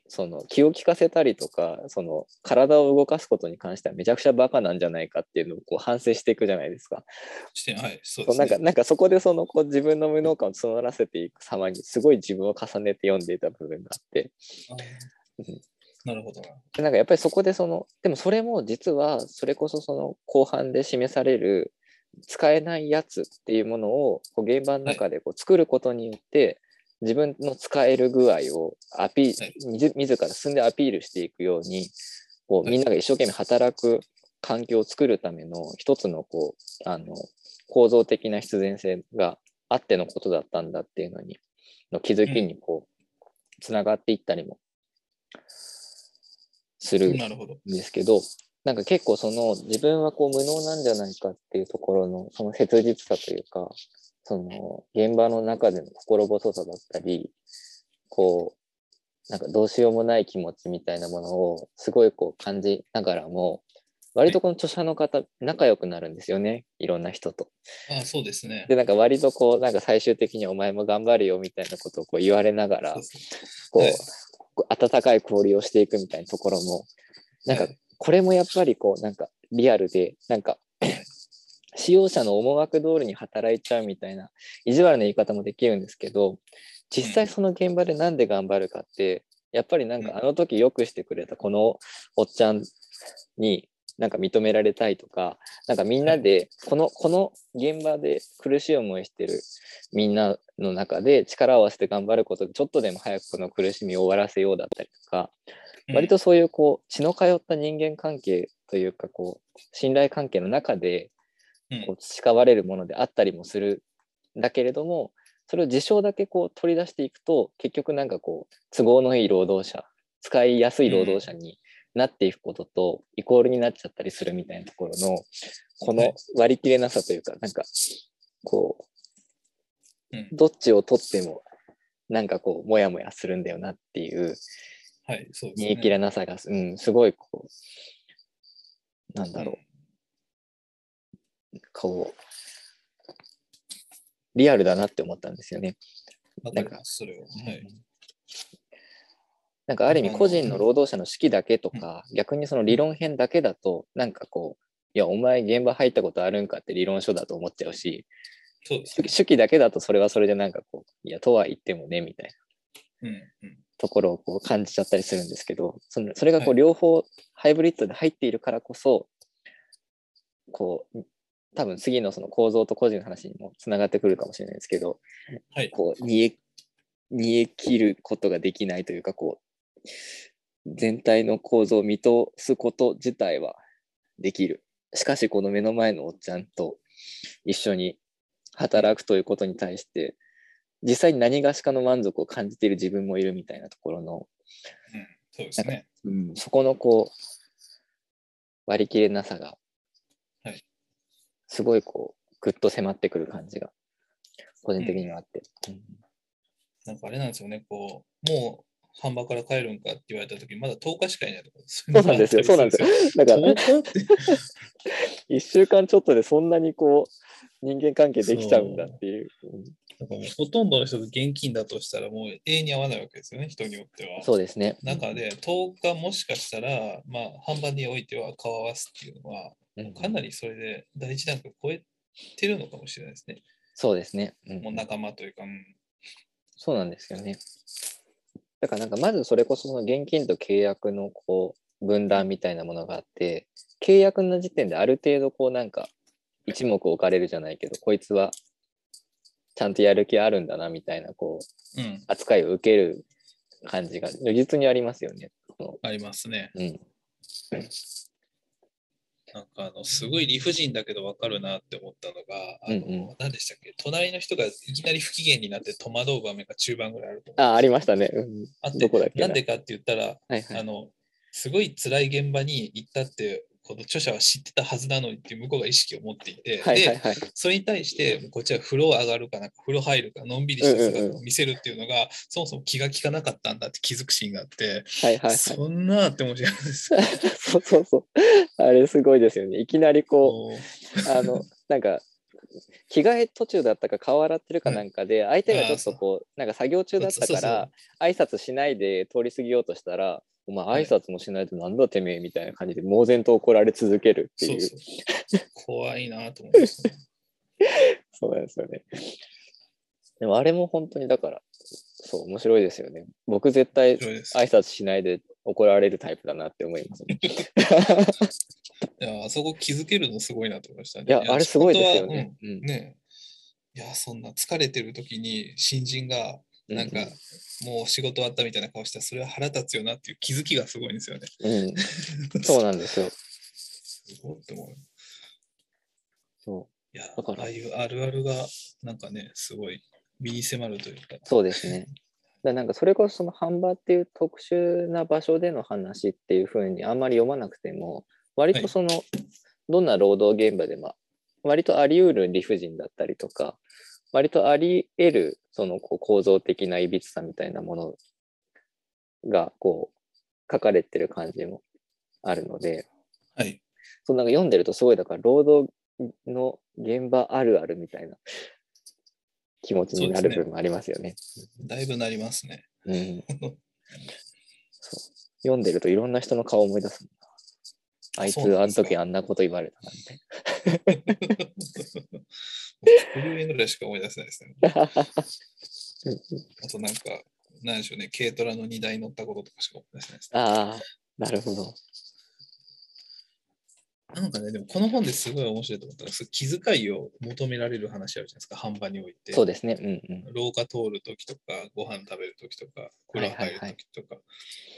Speaker 1: その気を利かせたりとかその体を動かすことに関してはめちゃくちゃバカなんじゃないかっていうのをこう反省していくじゃないですか。
Speaker 2: して、はい。そ
Speaker 1: そ
Speaker 2: うで
Speaker 1: う
Speaker 2: す
Speaker 1: なんか
Speaker 2: ね。
Speaker 1: なんかそこでそのこう自分の無能感を募らせていく様にすごい自分を重ねて読んでいた部分があって
Speaker 2: あ
Speaker 1: う
Speaker 2: ー
Speaker 1: ん
Speaker 2: なるほどな。
Speaker 1: でなんかやっぱりそこでそのでもそれも実はそれこそその後半で示される使えないやつっていうものをこう現場の中でこう作ることによって自分の使える具合をアピー
Speaker 2: はい
Speaker 1: みず自ら進んでアピールしていくようにこう
Speaker 2: はい
Speaker 1: みんなが一生懸命働く環境を作るための一つのこうあの構造的な必然性があってのことだったんだっていうのにの気づきにこうつながっていったりもするん
Speaker 2: なるほど。
Speaker 1: ですけどなんか結構その自分はこう無能なんじゃないかっていうところのその切実さというかその現場の中での心細さだったりこうなんかどうしようもない気持ちみたいなものをすごいこう感じながらも割とこの著者の方仲良くなるんですよねいろんな人と。
Speaker 2: あーそうですね。
Speaker 1: でなんか割とこうなんか最終的に「お前も頑張るよ」みたいなことをこう言われながら
Speaker 2: そうですね
Speaker 1: こ
Speaker 2: はいう
Speaker 1: 温かい交流をしていくみたいなところもなんか
Speaker 2: はい
Speaker 1: これもやっぱりこうなんかリアルでなんか 使用者の思惑通りに働いちゃうみたいな意地悪な言い方もできるんですけど実際その現場でなんで頑張るかってやっぱりなんか
Speaker 2: うん
Speaker 1: あの時よくしてくれたこのおっちゃんになんか認められたいとかなんかみんなでこのこの現場で苦しい思いしてるみんなの中で力を合わせて頑張ることでちょっとでも早くこの苦しみを終わらせようだったりとか
Speaker 2: うん
Speaker 1: 割とそういうこう血の通った人間関係というかこう信頼関係の中で
Speaker 2: うん
Speaker 1: こう培われるものであったりもするんだけれどもそれを事象だけこう取り出していくと結局なんかこう都合のいい労働者使いやすい労働者になっていくこととイコールになっちゃったりするみたいなところのこ
Speaker 2: は
Speaker 1: の
Speaker 2: い
Speaker 1: 割り切れなさというかなんかこう
Speaker 2: うん
Speaker 1: どっちを取ってもなんかこうモヤモヤするんだよなっていう
Speaker 2: はい、そうです
Speaker 1: 煮え切らなさが、うん、すごいこう、なんだろう、こう、リアルだなって思ったんですよね。
Speaker 2: うん。わかります、それは。はい。
Speaker 1: なんかある意味
Speaker 2: うん
Speaker 1: 個人の労働者の士気だけとか、逆にその理論編だけだと、なんかこう、いや、お前現場入ったことあるんかって理論書だと思っちゃうし、
Speaker 2: そうです
Speaker 1: 主
Speaker 2: ね。
Speaker 1: 主義だけだとそれはそれでなんかこう、いや、とは言ってもね、みたいな。
Speaker 2: うん。うん
Speaker 1: ところをこう感じちゃったりするんですけどそのそれがこ
Speaker 2: は
Speaker 1: う
Speaker 2: い
Speaker 1: 両方ハイブリッドで入っているからこそ、こう多分次のその構造と個人の話にもつながってくるかもしれないですけど
Speaker 2: はい。
Speaker 1: こう煮え煮え切ることができないというかこう全体の構造を見通すこと自体はできるしかしこの目の前のおっちゃんと一緒に働くということに対して実際に何がしかの満足を感じている自分もいるみたいなところの、
Speaker 2: うん。そうですね。
Speaker 1: そこのこう割り切れなさが、
Speaker 2: はい
Speaker 1: すごいこうぐっと迫ってくる感じが個人的にはあって。うん
Speaker 2: なんかあれなんですよね、こう、もう、販売から帰るんかって言われた時まだ10日しかいないとか、そう
Speaker 1: そうなんですよ、そうなんですよ。だから、
Speaker 2: 10日って
Speaker 1: 1週間ちょっとでそんなにこう、人間関係できちゃうんだっていう。うん
Speaker 2: なんかもうほとんどの人が現金だとしたらもう永遠に合わないわけですよね、人によっては。
Speaker 1: そうですね。
Speaker 2: 中で10日もしかしたら、まあ、販売においては顔合わすっていうのは、
Speaker 1: うん
Speaker 2: かなりそれで第一段階を超えてるのかもしれないですね。
Speaker 1: そうですね。うん
Speaker 2: もう仲間というか、うん
Speaker 1: そうなんですよね。だからなんかまずそれこそその現金と契約のこう分断みたいなものがあって契約の時点である程度こうなんか一目置かれるじゃないけどこいつはちゃんとやる気あるんだなみたいなこう
Speaker 2: うん、
Speaker 1: 扱いを受ける感じが如実にありますよね。こ
Speaker 2: ありますね。
Speaker 1: のうん、
Speaker 2: なんかあの、すごい理不尽だけど分かるなって思ったのが、あの
Speaker 1: うんう
Speaker 2: 何でしたっけ、隣の人がいきなり不機嫌になって戸惑う場面が中盤ぐらいあると思う。
Speaker 1: あありましたね。うん
Speaker 2: あって
Speaker 1: どこだっけな
Speaker 2: なんでかって言ったら、
Speaker 1: はいはい
Speaker 2: あの、すごい辛い現場に行ったって、この著者は知ってたはずなのにっていう向こうが意識を持っていて、
Speaker 1: はいはい
Speaker 2: で、
Speaker 1: はい。
Speaker 2: それに対して、こっちは風呂上がるかなんか、風呂入るか、のんびりした姿を見せるっていうのが、そもそも気が利かなかったんだって気づくシーンがあって、
Speaker 1: はいはいはい。
Speaker 2: そんなって面白いです。
Speaker 1: そうそうそう。あれすごいですよね。いきなりこう、
Speaker 2: こ
Speaker 1: あの、なんか、着替え途中だったか顔洗ってるかなんかで、相手がちょっとこう、なんか作業中だったか
Speaker 2: そうそうそう
Speaker 1: ら、挨拶しないで通り過ぎようとしたら、お前
Speaker 2: い
Speaker 1: 挨拶もしないとなんだてめえみたいな感じで、猛然と怒られ続けるって
Speaker 2: そ
Speaker 1: いうう、
Speaker 2: そう怖いなと思いました。
Speaker 1: そうなんですよね。でもあれも本当にだから、そう、面白いですよね。僕絶対
Speaker 2: 面白いです
Speaker 1: 挨拶しないで怒られるタイプだなって思います、ね。
Speaker 2: いや、あそこ気づけるのすごいなと思いましたね。
Speaker 1: いや、あれすごいですよ
Speaker 2: 仕事は
Speaker 1: ね。
Speaker 2: うんねえいや、そんな疲れてる時に新人が、
Speaker 1: うん
Speaker 2: なんか、もう仕事終わったみたいな顔したら、それは腹立つよなっていう気づきがすごいんですよね。
Speaker 1: うん、そうなんですよ。
Speaker 2: すごいって思う。い
Speaker 1: そう
Speaker 2: や、
Speaker 1: だから
Speaker 2: ああいうあるあるが、なんかね、すごい身に迫るというか。
Speaker 1: そうですね。だなんかそれこそその販売っていう特殊な場所での話っていう風にあんまり読まなくても割
Speaker 2: は
Speaker 1: と
Speaker 2: い
Speaker 1: その、どんな労働現場でも割とあり得る理不尽だったりとか割とあり得るそのこう構造的ないびつさみたいなものがこう書かれてる感じもあるので
Speaker 2: はい。
Speaker 1: そうなんか読んでるとすごいだから労働の現場あるあるみたいな気持ちにな
Speaker 2: そう
Speaker 1: る
Speaker 2: ですね
Speaker 1: 部分もありますよね。
Speaker 2: だいぶなりますね。
Speaker 1: うんそう読んでるといろんな人の顔を思い出すもんな。あいつ
Speaker 2: そうな
Speaker 1: あ
Speaker 2: んで
Speaker 1: の
Speaker 2: すか
Speaker 1: 時あんなこと言われたなんて。
Speaker 2: 10円ぐらいしか思い出せないですね。あとなんか、なんでしょうね、軽トラの荷台に乗ったこととかしか思い出せないですね。
Speaker 1: ああ、なるほど。
Speaker 2: なんかね、でもこの本ですごい面白いと思ったのが、その気遣いを求められる話あるじゃないですか、販売において。
Speaker 1: そうですね。うんうん。
Speaker 2: 廊下通るときとか、ご飯食べるときとか、風呂入るときとか、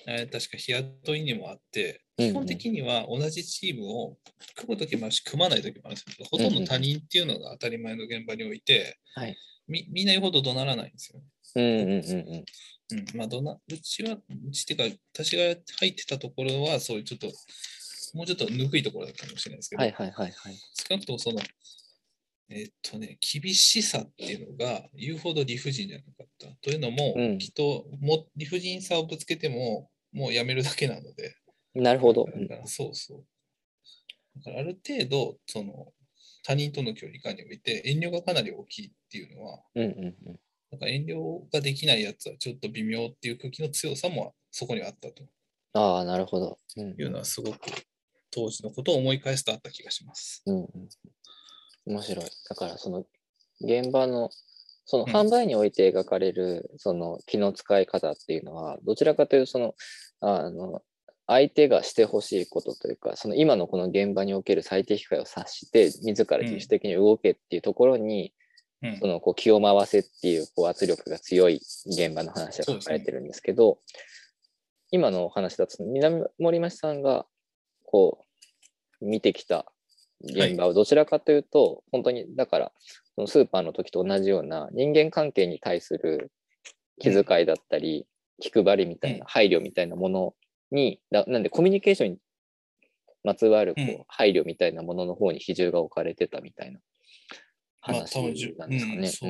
Speaker 2: えー確か日雇いにもあって、
Speaker 1: うんうん
Speaker 2: 基本的には同じチームを組むときもあるし、組まないときもあるんですけど、ほとんど他人っていうのが当たり前の現場において、
Speaker 1: はい
Speaker 2: みみんな言うほど怒鳴らないんですよね。
Speaker 1: うんうんうんうん。
Speaker 2: うん、まあどんな、うちは、うちっていうか、私が入ってたところは、そういうちょっと、もうちょっとぬくいところだったかもしれないですけど、
Speaker 1: はいはいはいはい。
Speaker 2: 少なくともその、えっとね、厳しさっていうのが言うほど理不尽じゃなかった。というのも、
Speaker 1: うん
Speaker 2: きっとも理不尽さをぶつけても、もうやめるだけなので、
Speaker 1: なるほど。
Speaker 2: だからそうそう。だからある程度、その、他人との距離感において遠慮がかなり大きいっていうのは、
Speaker 1: うんうんうん。
Speaker 2: なんか遠慮ができないやつはちょっと微妙っていう空気の強さもそこにはあったと
Speaker 1: ああ、なるほど。うん
Speaker 2: いうのはすごく当時のことを思い返すとあった気がします。
Speaker 1: うんうん。面白い。だからその現場のその
Speaker 2: うん
Speaker 1: 販売において描かれるその気の使い方っていうのはどちらかというとそのあの相手がしてほしいことというかその今のこの現場における最適解を察して自ら自主的に動けっていうところに、
Speaker 2: うん
Speaker 1: そのこう気を回せっていうこう圧力が強い現場の話が書かれてるんですけど今のお話だとその南森町さんがこう見てきた現場をどちらかというと、本当にだからそのスーパーの時と同じような人間関係に対する気遣いだったり、気配りみたいな、
Speaker 2: うん
Speaker 1: 配慮みたいなものにだなんでコミュニケーションにまつわるこう、
Speaker 2: うん
Speaker 1: 配慮みたいなものの方に比重が置かれてたみたいな
Speaker 2: まあ
Speaker 1: 話
Speaker 2: 多分じゅ
Speaker 1: なんですかね。
Speaker 2: うん、そ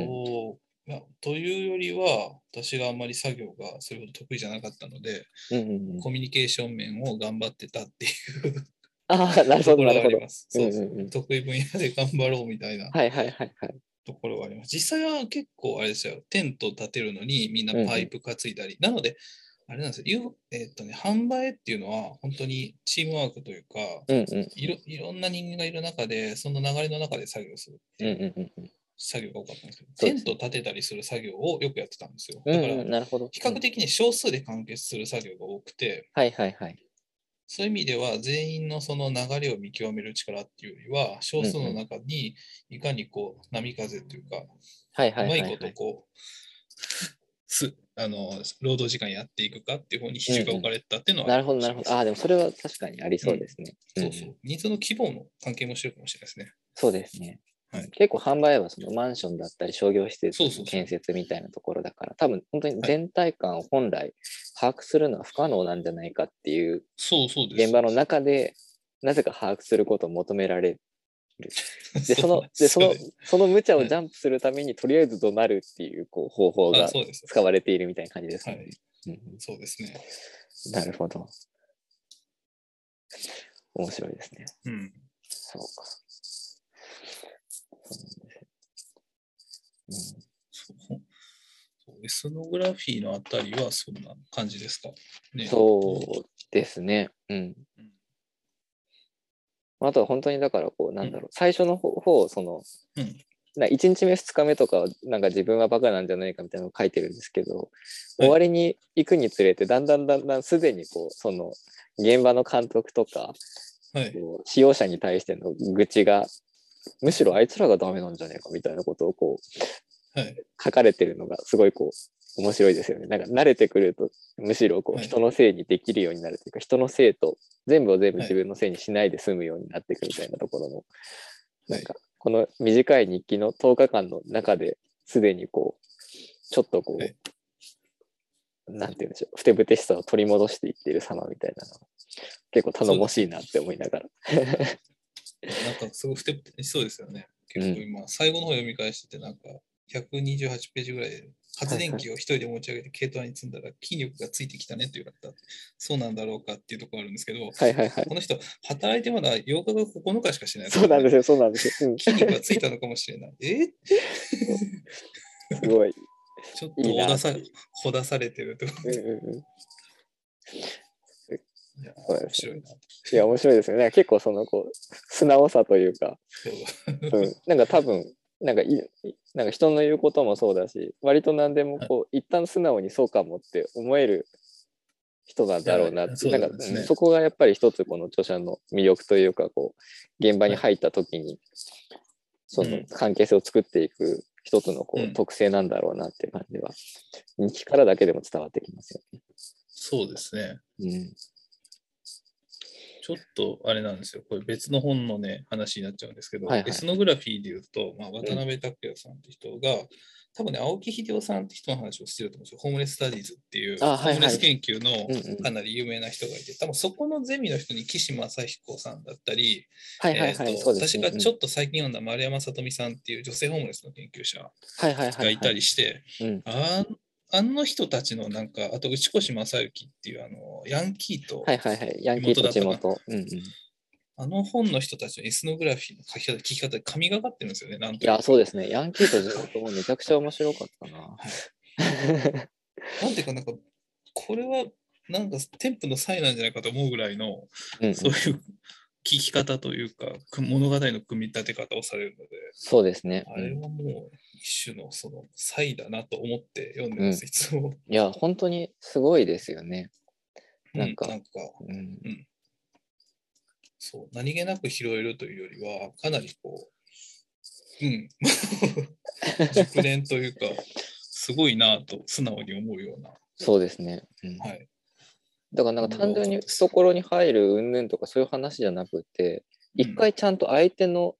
Speaker 2: う、いやというよりは私があんまり作業がそれほど得意じゃなかったので、
Speaker 1: うんうんうんうん
Speaker 2: コミュニケーション面を頑張ってたっていう
Speaker 1: ああ、なる
Speaker 2: と
Speaker 1: ほ
Speaker 2: こ
Speaker 1: ど、
Speaker 2: ろ
Speaker 1: なる
Speaker 2: があ
Speaker 1: ほ
Speaker 2: り
Speaker 1: ど。
Speaker 2: ます。そうそう
Speaker 1: うんうんうん
Speaker 2: 得意分野で頑張ろうみたいな
Speaker 1: はいはいはいはい。
Speaker 2: ところがあります。実際は結構あれですよ、テント立てるのにみんなパイプ担いだり、なので、あれなんですよ、ゆうえっとね、販売っていうのは本当にチームワークというか、
Speaker 1: うんうん
Speaker 2: いろいろんな人間がいる中で、その流れの中で作業するって
Speaker 1: うん
Speaker 2: いう
Speaker 1: うんうん
Speaker 2: 作業が多かったんですけど、
Speaker 1: そうで
Speaker 2: テン
Speaker 1: す
Speaker 2: ト立てたりする作業をよくやってたんですよ。
Speaker 1: う
Speaker 2: だ
Speaker 1: ん
Speaker 2: か
Speaker 1: うん。
Speaker 2: ら、
Speaker 1: なるほど。
Speaker 2: 比較
Speaker 1: うん。
Speaker 2: 的に少数で完結する作業が多くて、
Speaker 1: はいはいはい。
Speaker 2: そういう意味では全員のその流れを見極める力っていうよりは、少数の中にいかにこう波風というか、
Speaker 1: はいは
Speaker 2: う
Speaker 1: い
Speaker 2: ま
Speaker 1: はいい
Speaker 2: こと
Speaker 1: はい。
Speaker 2: こう、すあの労働時間やっていくかっていう方に比重が置かれてたっていうのは
Speaker 1: な
Speaker 2: あ
Speaker 1: る
Speaker 2: るか
Speaker 1: ほ
Speaker 2: も
Speaker 1: ど
Speaker 2: し
Speaker 1: な
Speaker 2: れ
Speaker 1: る
Speaker 2: ま
Speaker 1: ほ
Speaker 2: せん、
Speaker 1: ど。ああ、でもそれは確かにありそうですね。んん
Speaker 2: そうそう。人数の規模の関係もしてるかもしれないですね。
Speaker 1: そうですね。
Speaker 2: はい
Speaker 1: 結構販売はそのマンションだったり商業施設
Speaker 2: そう
Speaker 1: の
Speaker 2: そうそう
Speaker 1: 建設みたいなところだから多分本当に全体感を本来把握するのは不可能なんじゃないかっていう
Speaker 2: そうそうです。
Speaker 1: 現場の中でなぜか把握することを求められで その
Speaker 2: う
Speaker 1: でその
Speaker 2: うす
Speaker 1: その無茶
Speaker 2: は
Speaker 1: を
Speaker 2: い
Speaker 1: ジャンプするためにとりあえず怒鳴るっていうこう方法
Speaker 2: あ
Speaker 1: が
Speaker 2: そうです。
Speaker 1: 使われているみたいな感じです
Speaker 2: は
Speaker 1: ね。
Speaker 2: い、
Speaker 1: うん
Speaker 2: そうですね。
Speaker 1: うんなるほど。面白いですね。
Speaker 2: うん。
Speaker 1: そうか。そうなんですよ
Speaker 2: そうそうエスノグラフィーのあたりはそんな感じですか、
Speaker 1: うん
Speaker 2: ね、
Speaker 1: そうですね。うん
Speaker 2: うん。
Speaker 1: あとは本当にだからこうなんだろう、最初の方その
Speaker 2: う。うん。
Speaker 1: な1日目2日目とかはなんか自分はバカなんじゃないかみたいなのを書いてるんですけど、終わりに行くにつれてだんだんだんだんすでにこうその現場の監督とか
Speaker 2: はい。
Speaker 1: こう使用者に対しての愚痴がむしろあいつらがダメなんじゃねえかみたいなことをこう
Speaker 2: はい。
Speaker 1: 書かれてるのがすごいこう面白いですよね。なんか慣れてくるとむしろこう
Speaker 2: はい
Speaker 1: 人のせいにできるようになるというか人のせいと全部を全部自分のせいにしないで済むようになっていくみたいなところの
Speaker 2: は
Speaker 1: ないんかこの短い日記の10日間の中ですでにこうちょっとこ
Speaker 2: はいう
Speaker 1: なんて言うんでしょうふてぶてしさを取り戻していっている様みたいなのが結構頼もしいなって思いながら
Speaker 2: なんかすごいふてぶてしそうですよね。結構今、最後の方読み返してて、なんか128ページぐらいで、発電機を一人で持ち上げて軽トラに積んだら筋力がついてきたねって言われた。そうなんだろうかっていうところあるんですけど、
Speaker 1: はいはいはい
Speaker 2: この人、働いてまだ8日が9日しかしてな い、
Speaker 1: そうなんですすよそうなんですよ、 うん、す
Speaker 2: よね。筋肉がついたのかもしれない。え
Speaker 1: ごい、
Speaker 2: ちょっ
Speaker 1: いい
Speaker 2: と
Speaker 1: な
Speaker 2: おださほだされてるってこと
Speaker 1: うんうんうん、
Speaker 2: いや
Speaker 1: そう
Speaker 2: 面
Speaker 1: です
Speaker 2: 白
Speaker 1: ね
Speaker 2: いな。
Speaker 1: いや面白いですよね結構そのこう素直さというか、
Speaker 2: そう
Speaker 1: うん、なんか多分なんかいいなんか人の言うこともそうだし割と何でもこう一旦素直にそうかもって思える人なんだろうなって、
Speaker 2: そう
Speaker 1: なん
Speaker 2: だ
Speaker 1: か
Speaker 2: そうですね
Speaker 1: そこがやっぱり一つこの著者の魅力というかこう現場に入った時にその
Speaker 2: うん
Speaker 1: 関係性を作っていく一つのこ
Speaker 2: う
Speaker 1: うん特性なんだろうなっていう感じは日記からだけでも伝わってきますよ
Speaker 2: そうですね。
Speaker 1: ね。
Speaker 2: ちょっとあれなんですよ。これ別の本のね、話になっちゃうんですけど、
Speaker 1: はいはい
Speaker 2: エスノグラフィーで言うと、まあ、渡辺拓也さんって人が、多分ね、青木秀夫さんって人の話をしてると思うんですよ。ホームレス・スタディーズっていう、
Speaker 1: あはいはい
Speaker 2: ホームレス研究
Speaker 1: うんう
Speaker 2: の
Speaker 1: ん
Speaker 2: かなり有名な人がいて、多分そこのゼミの人に岸正彦さんだったり、
Speaker 1: はいはいは
Speaker 2: え
Speaker 1: い、
Speaker 2: ーと
Speaker 1: そうです
Speaker 2: 私
Speaker 1: ね。
Speaker 2: がちょっと最近読んだ丸山さとみさんっていう女性ホームレスの研究者
Speaker 1: はいはいは
Speaker 2: が
Speaker 1: い
Speaker 2: い
Speaker 1: は
Speaker 2: た
Speaker 1: い。
Speaker 2: りして、
Speaker 1: うん
Speaker 2: ああの人たちのなんか、あと内越正幸っていうあのヤンキーと、
Speaker 1: はいはいはい。ヤンキーと地元。うんうん、い
Speaker 2: あの本の人たちのエスノグラフィーの書き方、聞き方、神がかってるんですよね、なんという
Speaker 1: や、
Speaker 2: か。
Speaker 1: そうですね。ヤンキーと地元もめちゃくちゃ面白かったな。
Speaker 2: なんていうか、なんか、これは、なんか、添付の才なんじゃないかと思うぐらいの、
Speaker 1: うんうん
Speaker 2: そういう聞き方というか、く物語の組み立て方をされるので、
Speaker 1: そうですね。
Speaker 2: あ
Speaker 1: うん
Speaker 2: れはもう、一種のその才だなと思って読んでます、
Speaker 1: うん
Speaker 2: いつも。
Speaker 1: いや、本当にすごいですよね。
Speaker 2: う
Speaker 1: なんか
Speaker 2: なんか
Speaker 1: うん、
Speaker 2: そう、何気なく拾えるというよりは、かなりこ う、うん、熟練というか、すごいなぁと素直に思うような。
Speaker 1: そうですね。うん
Speaker 2: はい。
Speaker 1: だからなんか単純に懐に入る云々とかそういう話じゃなくて、一回ちゃんと相手の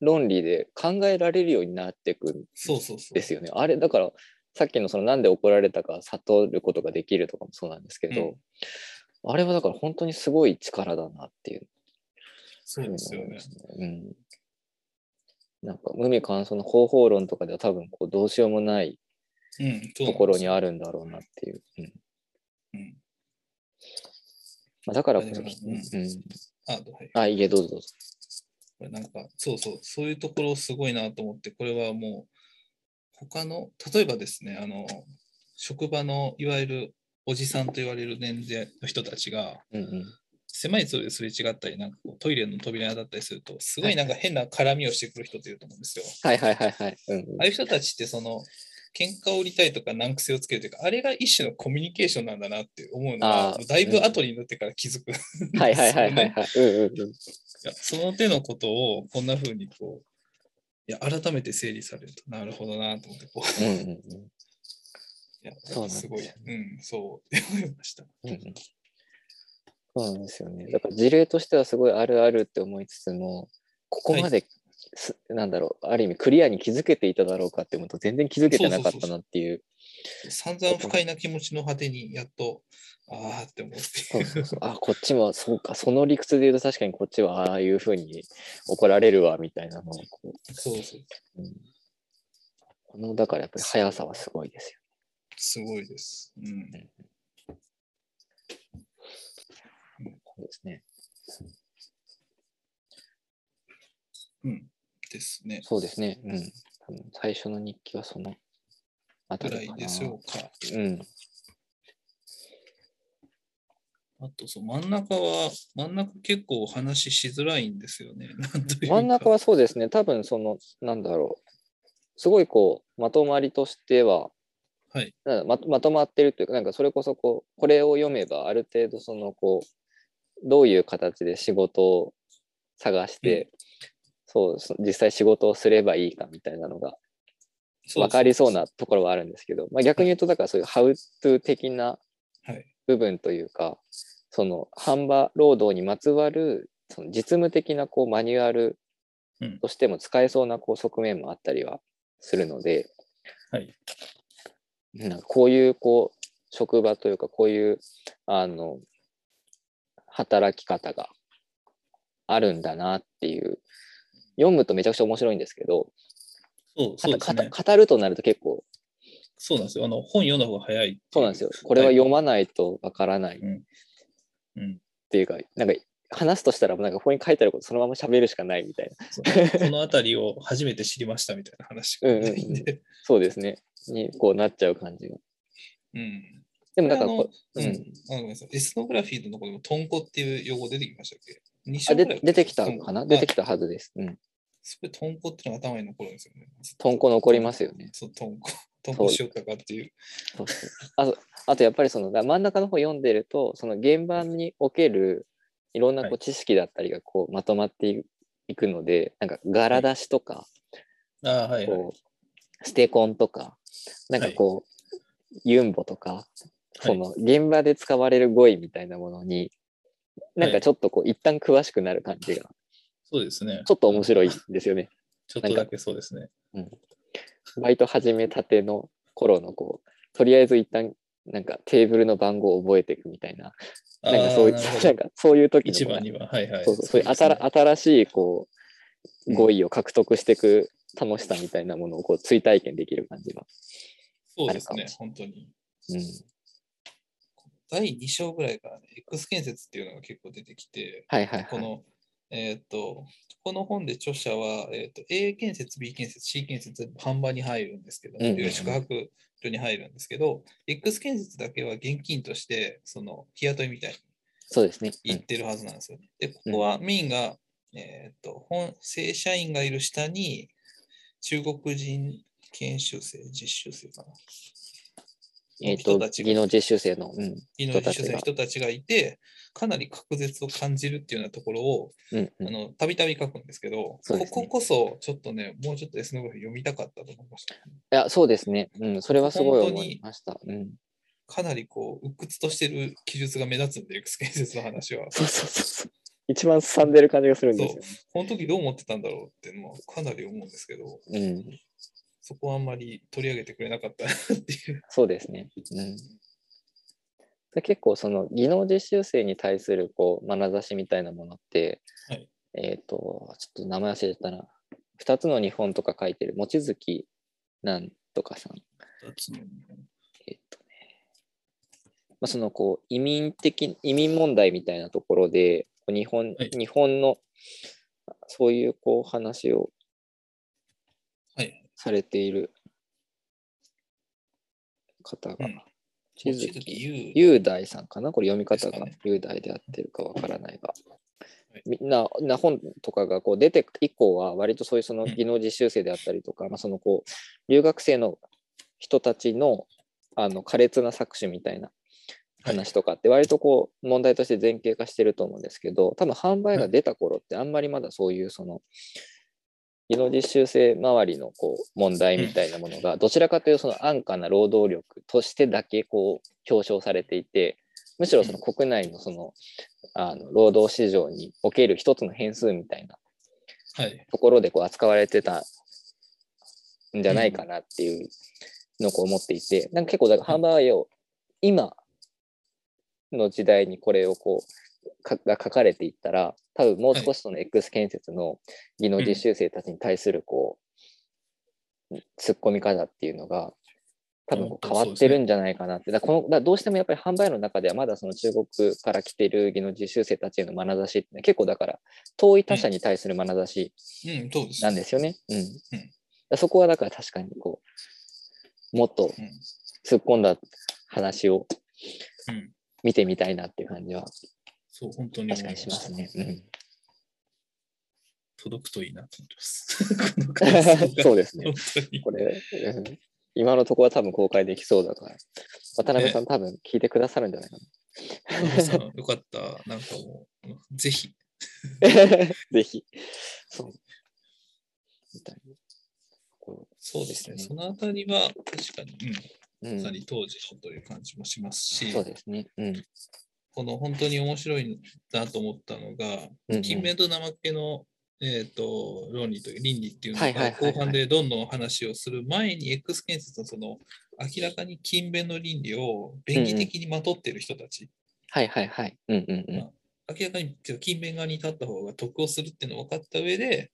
Speaker 1: 論理で考えられるようになっていくん
Speaker 2: そうそうそう。
Speaker 1: ですよね。あれだからさっきのそのなんで怒られたか悟ることができるとかもそうなんですけど、あれはだから本当にすごい力だなっていう
Speaker 2: そうですよね。
Speaker 1: うん。なんか無味乾燥の方法論とかでは多分こうどうしようもない
Speaker 2: うん、そうなんですよ
Speaker 1: ところにあるんだろうなっていう。うん
Speaker 2: うん
Speaker 1: まあ、だからこそ、う
Speaker 2: あでも
Speaker 1: ん
Speaker 2: あ、はい。
Speaker 1: あ、いいえ、どうぞどうぞ。
Speaker 2: これなんか、そうそう、そういうところすごいなと思って、これはもう、他の、例えばですね、あの、職場のいわゆるおじさんと言われる年齢の人たちが、
Speaker 1: うんうん、
Speaker 2: 狭い通りですれ違ったり、なんかこうトイレの扉に当たったりすると、すごいなんか変な絡みをしてくる人っていると思うんですよ。
Speaker 1: はいはいはいはい。うんうん
Speaker 2: ああいう人たちって、その、喧嘩を売りたいとか難癖をつけるというか、あれが一種のコミュニケーションなんだなって思うの
Speaker 1: あ
Speaker 2: が
Speaker 1: ー、
Speaker 2: だいぶ後になってから気づく。
Speaker 1: はいはいはいはいはい。うんうんうん
Speaker 2: いやその手のことをこんな風にこういや改めて整理されるとなるほどなと思ってこう
Speaker 1: うんうんう ん
Speaker 2: い や
Speaker 1: そうなんです
Speaker 2: す
Speaker 1: よ
Speaker 2: ごいうんそうって思いました
Speaker 1: うんうんそうなんですよね。だから事例としてはすごいあるあるって思いつつも、ここまです、なんだろう、ある意味クリアに気づけていただろうかって思うと、全然気づけてなかったなっていう。
Speaker 2: 散々不快な気持ちの果てにやっとああって思って
Speaker 1: そうそうそうあ、こっちもそうか、その理屈で言うと確かにこっちはああいうふうに怒られるわみたいなのをこう、
Speaker 2: そうそう
Speaker 1: うんこの、だからやっぱり速さはすごいですよ。
Speaker 2: すごいですうん
Speaker 1: そうですね。
Speaker 2: うんですね
Speaker 1: そうですね。うん。多分最初の日記はそのあた
Speaker 2: ぐ
Speaker 1: り
Speaker 2: ら
Speaker 1: か
Speaker 2: い
Speaker 1: な。
Speaker 2: でしょうか
Speaker 1: うん。
Speaker 2: あとそう真ん中は真ん中結構お話ししづらいんですよね なんというか
Speaker 1: 真ん中はそうですね。多分その、なんだろう。すごいこう、まとまりとしては、
Speaker 2: はい
Speaker 1: なんかままとまってるというか、なんかそれこそこう、これを読めばある程度そのこう、どういう形で仕事を探して、そうそ実際仕事をすればいいかみたいなのが
Speaker 2: そう
Speaker 1: 分かりそうなところはあるんですけど、まあ、逆に言うとだからそういうハウトゥー的な
Speaker 2: はい
Speaker 1: 部分というか、その販売労働にまつわるその実務的なこうマニュアル
Speaker 2: うん
Speaker 1: としても使えそうなこう側面もあったりはするので、
Speaker 2: はい
Speaker 1: なんかこういうこう職場というかこういうあの働き方があるんだなっていう読むとめちゃくちゃ面白いんですけど
Speaker 2: そうそうです
Speaker 1: かた
Speaker 2: ね
Speaker 1: 語るとなると結構
Speaker 2: そうなんですよあの本読んだ方が早いってい
Speaker 1: そうなんですよこれは読まないとわからないっ
Speaker 2: うんうん
Speaker 1: ていうか、なんか話すとしたらなんかここに書いてあることそのまま喋るしかないみたいな
Speaker 2: そう この辺りを初めて知りましたみたいな話がないんで。
Speaker 1: そうですねにこうなっちゃう感じが
Speaker 2: うん。
Speaker 1: でもな
Speaker 2: あ
Speaker 1: んかこ
Speaker 2: の
Speaker 1: う、
Speaker 2: う
Speaker 1: うん
Speaker 2: ん、あごめんなさい。エスノグラフィーのところでも、トンコっていう用語出てきましたっけ二
Speaker 1: あ
Speaker 2: 章
Speaker 1: で
Speaker 2: ぐらい
Speaker 1: 出てきたのかな
Speaker 2: うん
Speaker 1: 出てきたはずです、うん、
Speaker 2: すごい豚骨ってのが頭に残るんですよね。
Speaker 1: 豚骨残りますよね。
Speaker 2: そう、豚 骨。豚骨しよったかっていう。
Speaker 1: そうそうあとあとやっぱりそのだ真ん中の方読んでるとその現場におけるいろんなこ
Speaker 2: は
Speaker 1: う知識だったりがこうまとまっていいくのでなんか柄出しとか、
Speaker 2: ああ、はい、はい。
Speaker 1: こうステコンとかなんかこう、ユンボとかその現場で使われる語彙みたいなものになんかちょっとこう一旦詳しくなる感じが
Speaker 2: そうですね。
Speaker 1: ちょっと面白いんですよね。
Speaker 2: ちょっとだけそうですね。
Speaker 1: バイト始めたての頃のこうとりあえず一旦なんかテーブルの番号を覚えていくみたいな
Speaker 2: ああ
Speaker 1: なんかそういう
Speaker 2: なるほ
Speaker 1: な
Speaker 2: ど
Speaker 1: んかそういう時
Speaker 2: 一
Speaker 1: のこう
Speaker 2: 番、二番。はいはい。
Speaker 1: そうそうそういう
Speaker 2: ですね
Speaker 1: 新新しいこう語彙を獲得していく楽しさみたいなものをこう追体験できる感じが。
Speaker 2: そうです
Speaker 1: あ
Speaker 2: ね
Speaker 1: るかもしれな、い
Speaker 2: 本当
Speaker 1: う
Speaker 2: に。
Speaker 1: ん
Speaker 2: 第2章ぐらいからね、X 建設っていうのが結構出てきて、
Speaker 1: はいはいは
Speaker 2: こ
Speaker 1: い。
Speaker 2: の、えーっと、この本で著者は、えーっと、A 建設、B 建設、C 建設、販売に入るんですけど、
Speaker 1: うんうんうん
Speaker 2: いわゆる宿泊所に入るんですけど、X 建設だけは現金として、その、日雇いみたいに
Speaker 1: そうですね。う
Speaker 2: 行っ
Speaker 1: ん
Speaker 2: てるはずなんですよね。で、ここはメインが、えーっと、本、正社員がいる下に、中国人研修生、実習生かな。
Speaker 1: えっ、
Speaker 2: 人
Speaker 1: と、
Speaker 2: たちが
Speaker 1: 技能実習生の、うん、
Speaker 2: 技能実習生の人たちがいて、かなり隔絶を感じるっていうようなところを、
Speaker 1: うん、う
Speaker 2: あ
Speaker 1: ん。
Speaker 2: のたびたび書くんですけど、
Speaker 1: そう
Speaker 2: こ
Speaker 1: ですね
Speaker 2: ここそちょっとね、もうちょっとエスノグラフィー読みたかったと思いました。
Speaker 1: いや、そうですね。うん、それはすごい
Speaker 2: 本当
Speaker 1: 思
Speaker 2: に
Speaker 1: いました。うん。
Speaker 2: かなりこう、鬱屈としてる記述が目立つんで、X 建設の話は。
Speaker 1: そうそうそうそう。一番すさんでる感じがするんですよ。
Speaker 2: この時どう思ってたんだろうっていうのはかなり思うんですけど、
Speaker 1: うん、
Speaker 2: そこはあんまり取り上げてくれなかったなっていう。
Speaker 1: そうですね。うんで結構その技能実習生に対するこう眼差しみたいなものって、
Speaker 2: はい
Speaker 1: えっ、とちょっと名前忘れちゃったな2つの日本とか書いてる望月なんとかさんえっ、とね、まあ、そのこう移民的移民問題みたいなところでこう日本、
Speaker 2: はい
Speaker 1: 日本のそういうこう話を
Speaker 2: はい。
Speaker 1: されている方
Speaker 2: う
Speaker 1: が、
Speaker 2: ん。
Speaker 1: 望
Speaker 2: 望
Speaker 1: 月
Speaker 2: 月優
Speaker 1: 雄大さんかなこれ読み方
Speaker 2: です
Speaker 1: が
Speaker 2: かね
Speaker 1: 雄大で合ってるかわからないが
Speaker 2: はい。
Speaker 1: みんなな本とかがこう出て以降は割とそういうその
Speaker 2: うん
Speaker 1: 技能実習生であったりとか、まあ、そのこう留学生の人たちのあの苛烈な搾取みたいな話とかって割とこう問題として前傾化してると思うんですけど多分販売が出た頃ってあんまりまだそういうその技能実習生周りのこう問題みたいなものがどちらかというとその安価な労働力としてだけこう表彰されていてむしろその国内のそのあの労働市場における一つの変数みたいな
Speaker 2: はい。
Speaker 1: ところでこう扱われてたんじゃないかなっていうのをこう思っていて、なんか結構だからハンバーガーを今の時代にこれをこうかが書かれていったら多分もう少しその X 建設の技能実習生たちに対するこう、突っ込み方っていうのが多分こう
Speaker 2: 本当
Speaker 1: 変わってるんじゃないかなって、だからこのだからどうしてもやっぱり販売の中ではまだその中国から来ている技能実習生たちへの眼差しって、ね、結構だから遠い他者に対する眼差し
Speaker 2: うん、そうです。
Speaker 1: なんですよね。うん。そこはだから確かにこう、もっと
Speaker 2: うん
Speaker 1: 突っ込んだ話を
Speaker 2: うん。
Speaker 1: 見てみたいなっていう感じは
Speaker 2: そう、本当に思
Speaker 1: 確か
Speaker 2: いま
Speaker 1: にしま
Speaker 2: した
Speaker 1: す。ね。うん、
Speaker 2: 届くといいなと思ってます。 この感想 が
Speaker 1: そうですね
Speaker 2: 本。当 に。
Speaker 1: これ、うん今のところは多分公開できそうだから、渡辺さん多分聞いてくださるんじゃないか
Speaker 2: 皆さんよかった。なんかもう、ぜひ。
Speaker 1: な。 ぜひ。そう。みたいな。こ
Speaker 2: そうですね。
Speaker 1: です
Speaker 2: そ
Speaker 1: ね
Speaker 2: のあたりは、確かに、うん、
Speaker 1: ううん
Speaker 2: かなり当時のという感じもしますし、
Speaker 1: そうですね。うん。
Speaker 2: この本当に面白いなと思ったのが、
Speaker 1: うんうん
Speaker 2: 金メと怠けの、えー、と論理という倫理っていうの
Speaker 1: はいは
Speaker 2: が
Speaker 1: いはいは
Speaker 2: 後
Speaker 1: い
Speaker 2: 半でどんどん話をする前に X 建設のその明らかに勤勉の倫理を便宜的にまとってる人たち、
Speaker 1: はいはいはい。うんうんうん。
Speaker 2: 明らかにてか勤勉側に立った方が得をするっていうのを分かった上で、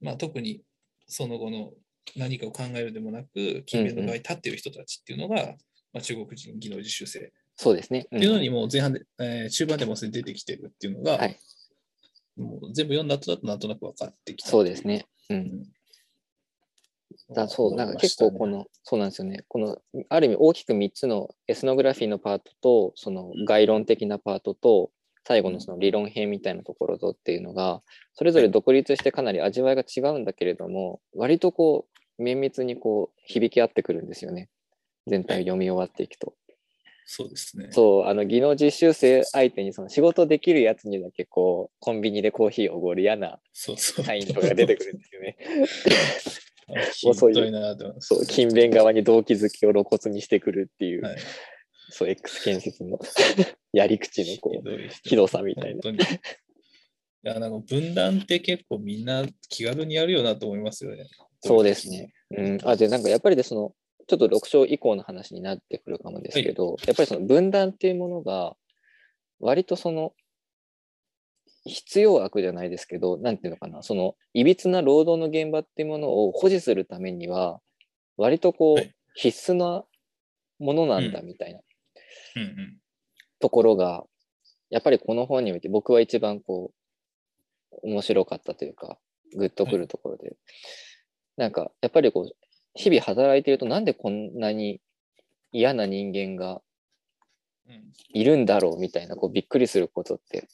Speaker 2: まあ、特にその後の何かを考えるでもなく勤勉の側に立っている人たちっていうのが、まあ、中国人技能実習生
Speaker 1: そうですね。う
Speaker 2: っ
Speaker 1: ん
Speaker 2: ていうのにもう前半で、えー中盤でもうすでに出てきてるっていうのが、
Speaker 1: はい
Speaker 2: もう全部読んだ後だとなんとなく分かってきた。
Speaker 1: そうですね。うん。だそう、なんか結構こ
Speaker 2: の、
Speaker 1: の、そうなんですよね。この、ある意味大きく3つのエスノグラフィーのパートと、その概論的なパートと、最後のその理論編みたいなところとっていうのがそれぞれ独立してかなり味わいが違うんだけれども割とこう綿密にこう響き合ってくるんですよね全体を読み終わっていくと。
Speaker 2: そうですね。
Speaker 1: そうあの技能実習生相手にその仕事できるやつにだけこうコンビニでコーヒーをおごる嫌な
Speaker 2: そうそう。
Speaker 1: 社員とかが出てくるんですよ ね。
Speaker 2: あひどいなと思います。
Speaker 1: そう勤勉側に動機づけを露骨にしてくるっていう、
Speaker 2: はい
Speaker 1: そう X 建設のやり口のこう
Speaker 2: どい人
Speaker 1: ひどさみたいな
Speaker 2: 本当に。いや、なんか分断って結構みんな気軽にやるよなと思いますよね。
Speaker 1: そうですね。うん、あでなんかやっぱりでそのちょっと6章以降の話になってくるかもですけど、やっぱりその分断っていうものが割とその必要悪じゃないですけどなんていうのかなそのいびつな労働の現場っていうものを保持するためには割とこう、
Speaker 2: はい
Speaker 1: 必須なものなんだみたいな
Speaker 2: うんうん。
Speaker 1: ところがやっぱりこの本において僕は一番こう面白かったというかグッとくるところで、なんかやっぱりこう日々働いてるとなんでこんなに嫌な人間が
Speaker 2: うん
Speaker 1: いるんだろうみたいなこうびっくりすることって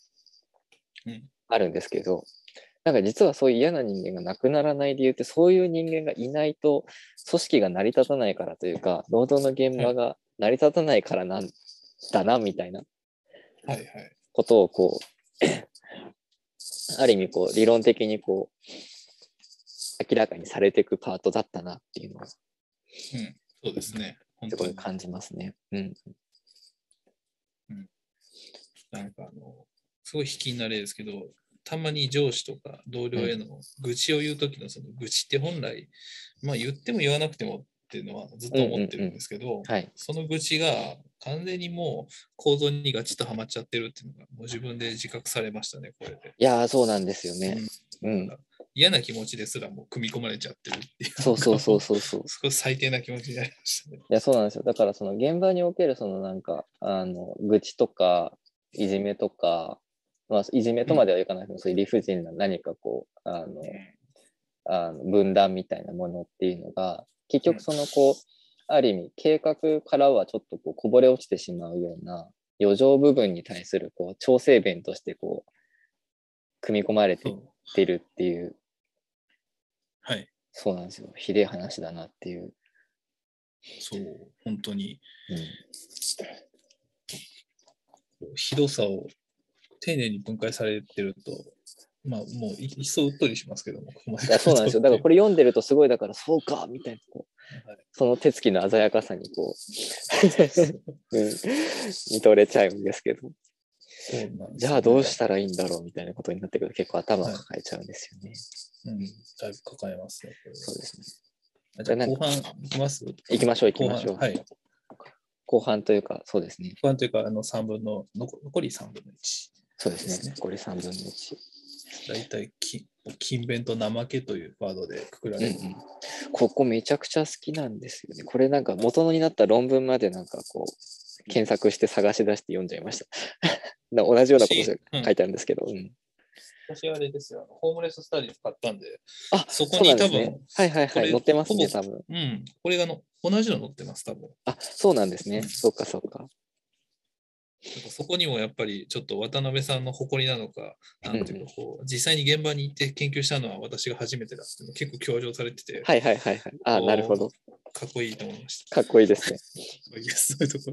Speaker 2: うん
Speaker 1: あるんですけど、なんか実はそういう嫌な人間がなくならない理由ってそういう人間がいないと組織が成り立たないからというか労働の現場が成り立たないからなんだなみたいな
Speaker 2: はいはい。
Speaker 1: ことをこう ある意味こう理論的にこう明らかにされていくパートだったなっていうのをす
Speaker 2: うん、そうですね。本当
Speaker 1: ごい
Speaker 2: に。
Speaker 1: 感じますね。うん、
Speaker 2: なんかあの、すごい引きになれですけど、たまに上司とか同僚への愚痴を言うときのその愚痴って本来、まあ言っても言わなくてもっていうのはずっと思ってるんですけど、
Speaker 1: はい、
Speaker 2: その愚痴が完全にもう構造にガチッとはまっちゃってるっていうのがもう自分で自覚されましたね、これで。
Speaker 1: いやーそうなんですよね。う
Speaker 2: うん
Speaker 1: ん、
Speaker 2: なんか嫌な気持ちですらもう組み込まれちゃってるっていう。
Speaker 1: そうそうそうそうそう。
Speaker 2: すごい最低な気持ちになりましたね。
Speaker 1: いやそうなんですよだからその現場におけるそのなんかあの愚痴とかいじめとか、まあ、いじめとまではいかなくても、そういう理不尽な何かこうあのあの分断みたいなものっていうのが結局そのこうある意味計画からはちょっとこうこぼれ落ちてしまうような余剰部分に対するこう調整弁としてこう組み込まれていっ
Speaker 2: そう
Speaker 1: てるっていう
Speaker 2: はい。
Speaker 1: そうなんですよひでえ話だなっていう。
Speaker 2: そう、本当に。
Speaker 1: うん
Speaker 2: ひどさを丁寧に分解されてると、まあもうい一層うっとりしますけども、ここま
Speaker 1: いやそうなんですよだからこ
Speaker 2: れ、
Speaker 1: れ読んでるとすごいだからそうかみたいなこう
Speaker 2: はい
Speaker 1: その手つきの鮮やかさにこ う、うん、見とれちゃうんですけど
Speaker 2: そうなんですよね
Speaker 1: じゃあどうしたらいいんだろうみたいなことになってくると結構頭が抱えちゃうんですよね。
Speaker 2: うん、だいぶ抱えますね。これ
Speaker 1: そうですね
Speaker 2: あじゃあ
Speaker 1: なん
Speaker 2: 後
Speaker 1: か
Speaker 2: 半いきます
Speaker 1: 行きましょう行き
Speaker 2: 後
Speaker 1: ましょ
Speaker 2: 半、
Speaker 1: う。
Speaker 2: はい。
Speaker 1: 後半というかそうですね。
Speaker 2: 後半というか、あの3分の、残残り3分の1。
Speaker 1: そうです
Speaker 2: です
Speaker 1: ね
Speaker 2: ね。
Speaker 1: 残り3分の1。
Speaker 2: 大体き、勤勉と怠けというワードでくくら
Speaker 1: うんう
Speaker 2: れる。
Speaker 1: ん、ここめちゃくちゃ好きなんですよね。これなんか元になった論文までなんかこう検索して探し出して読んじゃいました。 な同じようなことしか書いてあるんですけど。うん
Speaker 2: 私はあれですよ、あのホームレススタディ使ったんで、
Speaker 1: あ
Speaker 2: そこに
Speaker 1: うなんですね
Speaker 2: 多分
Speaker 1: はいはい
Speaker 2: こ
Speaker 1: はい。
Speaker 2: れ
Speaker 1: 載ってますね、
Speaker 2: ほ
Speaker 1: 多分。
Speaker 2: うん、これがあの同じの載ってます、多分。
Speaker 1: あ、そうなんですね。そうかそうか。
Speaker 2: なんかそこにもやっぱりちょっと渡辺さんの誇りなのか、なんていううかこう、実際に現場に行って研究したのは私が初めてだっていうの結構強調されてて、
Speaker 1: はいはいはいはい。あ、
Speaker 2: おー
Speaker 1: なるほど。
Speaker 2: かっこいいと思いました。
Speaker 1: かっこいいですね。
Speaker 2: いやそういうところ。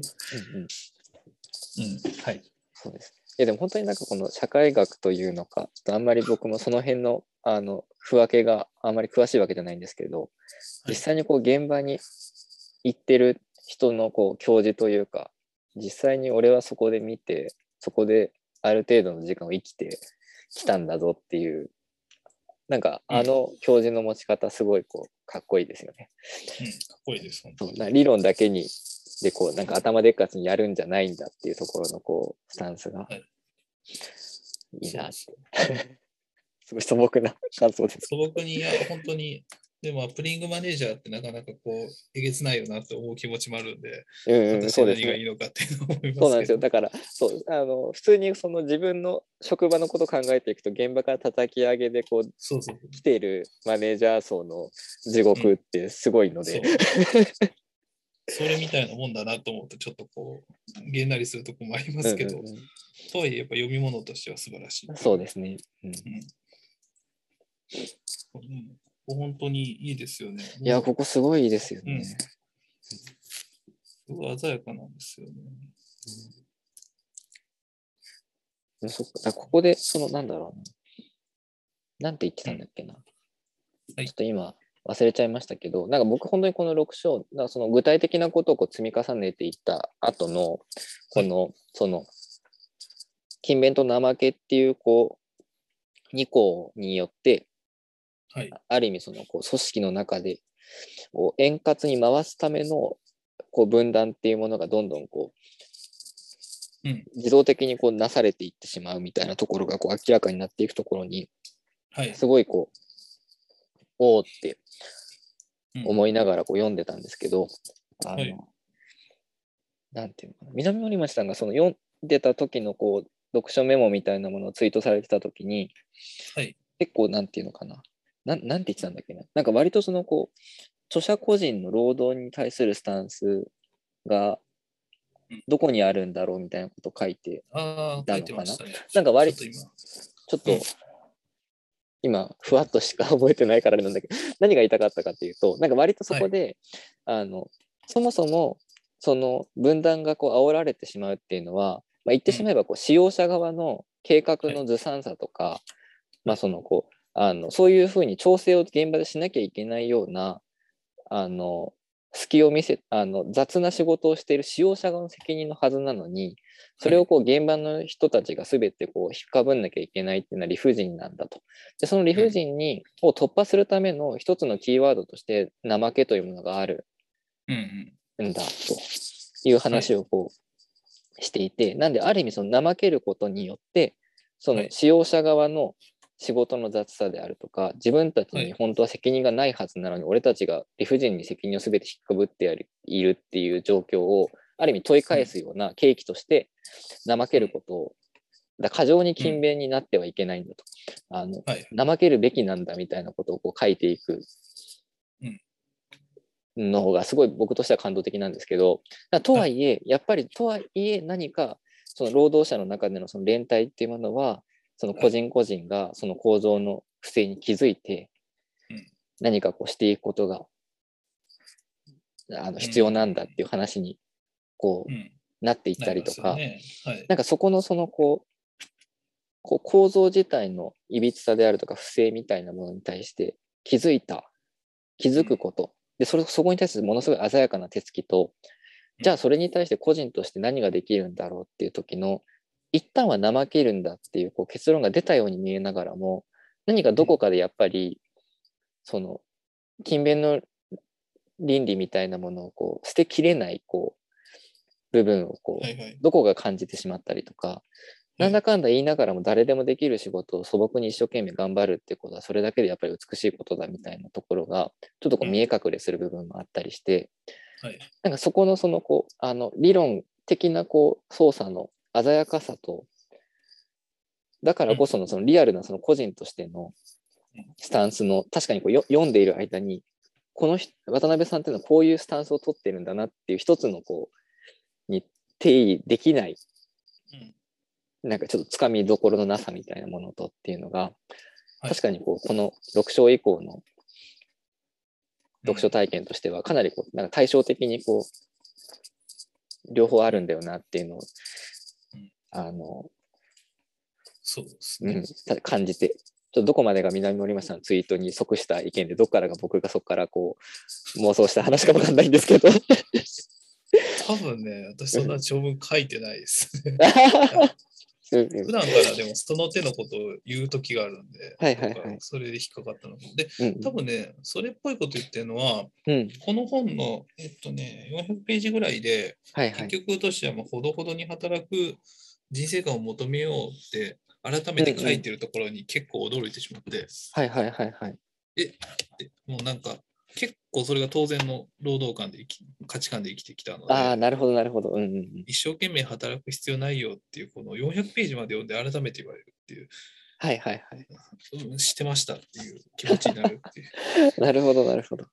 Speaker 1: うんうん、
Speaker 2: うん、はい。
Speaker 1: そうです。いやでも本当になんかこの社会学というのか、ちょっとあんまり僕もその辺のあの不分けがあんまり詳しいわけじゃないんですけど、実際にこう現場に行ってる人のこう教授というか、実際に俺はそこで見て、そこである程度の時間を生きてきたんだぞっていう、なんかあの教授の持ち方、すごいこうかっこいいですよね。
Speaker 2: うん、かっこいいです、本当
Speaker 1: そうな理論だけにでこうなんか頭でっかちにやるんじゃないんだっていうところのこうスタンスが
Speaker 2: はい
Speaker 1: いいなってすごい素朴な感想です。
Speaker 2: 素朴に、いや、本当に、でもアップリングマネージャーってなかなかこう、えげつないよなって思う気持ちもあるんで、
Speaker 1: うん、うん、
Speaker 2: 私
Speaker 1: そう
Speaker 2: は
Speaker 1: です
Speaker 2: 何がい
Speaker 1: ね。
Speaker 2: いのかっていうのを思いますけど。
Speaker 1: そうなんですよだからそうあの普通にその自分の職場のことを考えていくと現場から叩き上げでこう
Speaker 2: そうそう
Speaker 1: 来ているマネージャー層の地獄ってすごいの
Speaker 2: そう
Speaker 1: で、
Speaker 2: それみたいなもんだなと思うと、ちょっとこう、げんなりするとこもありますけど、
Speaker 1: うんうんうん
Speaker 2: とはいえ、やっぱ読み物としては素晴らしい。
Speaker 1: そうですね。うん
Speaker 2: うん本当にいいですよね。
Speaker 1: いや、ここすごいですよね。
Speaker 2: すごい鮮やかなんですよね。
Speaker 1: うんそっかだからここで、その、なんだろうな。なんて言ってたんだっけな。
Speaker 2: はい
Speaker 1: ちょっと今、忘れちゃいましたけど、なんか僕、本当にこの6章、だからその具体的なことをこう積み重ねていった後の、この、その、勤勉と怠けっていう、こう、2項によって、
Speaker 2: はい。
Speaker 1: ある意味、その、こう、組織の中で、こう円滑に回すための、こう、分断っていうものがどんどん、こう、
Speaker 2: うん。
Speaker 1: 自動的にこうなされていってしまうみたいなところがこう明らかになっていくところに
Speaker 2: はい。
Speaker 1: すごいこうおおって
Speaker 2: うん
Speaker 1: 思いながらこう読んでたんですけど、あの、
Speaker 2: はい
Speaker 1: なんていうのかな南森町さんがその読んでた時のこう読書メモみたいなものをツイートされてた時に、
Speaker 2: はい
Speaker 1: 結構なんていうのかななんなんて言ってたんだっけななんか割とそのこう著者個人の労働に対するスタンスが
Speaker 2: うん
Speaker 1: どこにあるんだろうみたいなことを書いて
Speaker 2: ああ、書いてましたね。
Speaker 1: なんか割
Speaker 2: ちょっと今。
Speaker 1: ちょっ
Speaker 2: う
Speaker 1: と
Speaker 2: ん
Speaker 1: 今、ふわっとしか覚えてないからあれなんだけど、 何が言いたかったかっていうと、なんか割とそこで、あのそもそもその分断がこう煽られてしまうっていうのは、まあ、言ってしまえばこう使用者側の計画のずさんさとか、まあそのこうあのそういうふうに調整を現場でしなきゃいけないようなあの隙を見せあの雑な仕事をしている使用者側の責任のはずなのにそれをこう現場の人たちが全てこう引っかぶんなきゃいけないっていうのは理不尽なんだと。でその理不尽にを突破するための一つのキーワードとして怠けというものがある
Speaker 2: うんうん。
Speaker 1: んだという話をこうしていて、なんである意味その怠けることによってそ
Speaker 2: は
Speaker 1: の
Speaker 2: い
Speaker 1: 使用者側の仕事の雑さであるとか自分たち
Speaker 2: はい
Speaker 1: に本当は責任がないはずなのに俺たちが理不尽に責任を全て引っかぶってやるいるっていう状況をある意味問い返すような契機として怠けることをだ過剰に勤勉になってはいけないんだと、あの
Speaker 2: はい。
Speaker 1: 怠けるべきなんだみたいなことをこう書いていく
Speaker 2: うん
Speaker 1: の方がすごい僕としては感動的なんですけどだからとはいえやっぱりとはいえ何かその労働者の中でのその連帯っていうものはその個人個人がその構造の不正に気づいて
Speaker 2: うん
Speaker 1: 何かこうしていくことがあの必要なんだっていう話にこ
Speaker 2: う
Speaker 1: う
Speaker 2: ん。
Speaker 1: なっていったりとか
Speaker 2: なりますよねはい。
Speaker 1: なんかそこのそのこう、こう構造自体のいびつさであるとか不正みたいなものに対して気づいた、気づくこと、でそれそこに対するものすごい鮮やかな手つきと、じゃあそれに対して個人として何ができるんだろうっていう時の、一旦は怠けるんだっていうこう結論が出たように見えながらも、何かどこかでやっぱり、その、勤勉の倫理みたいなものをこう捨てきれないこう部分をこう
Speaker 2: はいはい。
Speaker 1: どこが感じてしまったりとか、なんだかんだ言いながらも誰でもできる仕事を素朴に一生懸命頑張るってことは、それだけでやっぱり美しいことだみたいなところが、ちょっとこ
Speaker 2: う
Speaker 1: うん見え隠れする部分もあったりして、
Speaker 2: はい。
Speaker 1: なんかそこのそのこう、あの、理論的なこう、操作の鮮やかさと、だからこそのそのリアルなその個人としての
Speaker 2: うん
Speaker 1: スタンスの、確かにこうよ読んでいる間に、この人渡辺さんっていうのはこういうスタンスを取ってるんだなっていう一つのこう、に定義できない
Speaker 2: うん。
Speaker 1: なんかちょっとつかみどころのなさみたいなものとっていうのが、
Speaker 2: はい
Speaker 1: 確かにこうこの6章以降の読書体験としてはかなりこうなんか対照的にこう両方あるんだよなっていうのを
Speaker 2: うん
Speaker 1: あの、
Speaker 2: そうです
Speaker 1: う
Speaker 2: ね
Speaker 1: ん。、た感じてちょっとどこまでが南森町さんのツイートに即した意見でどっからが僕がそこからこう妄想した話かわかんないんですけど
Speaker 2: 多分ね、私そんな長文書いてないですね。
Speaker 1: うんうん
Speaker 2: 普段からでもその手のことを言う時があるんで、
Speaker 1: はいはいはい
Speaker 2: なんかそれで引っかかったの。で、
Speaker 1: うん
Speaker 2: 多分ね、それっぽいこと言ってるのは、
Speaker 1: うん
Speaker 2: この本の、えっとね、400ページぐらいで、
Speaker 1: はいは
Speaker 2: 結
Speaker 1: い
Speaker 2: 局としてはもうほどほどに働く人生観を求めようって改めて書いてるところに結構驚いてしまって、
Speaker 1: はいはいはいはい
Speaker 2: でもうなんか結構それが当然の労働観で生き価値観で生きてきたので、
Speaker 1: ああなるほどなるほどうんうんうん
Speaker 2: 一生懸命働く必要ないよっていう、この400ページまで読んで改めて言われるっていう、
Speaker 1: はいはいはい
Speaker 2: うん、してましたっていう気持ちになるっていう。
Speaker 1: なるほど、なるほど。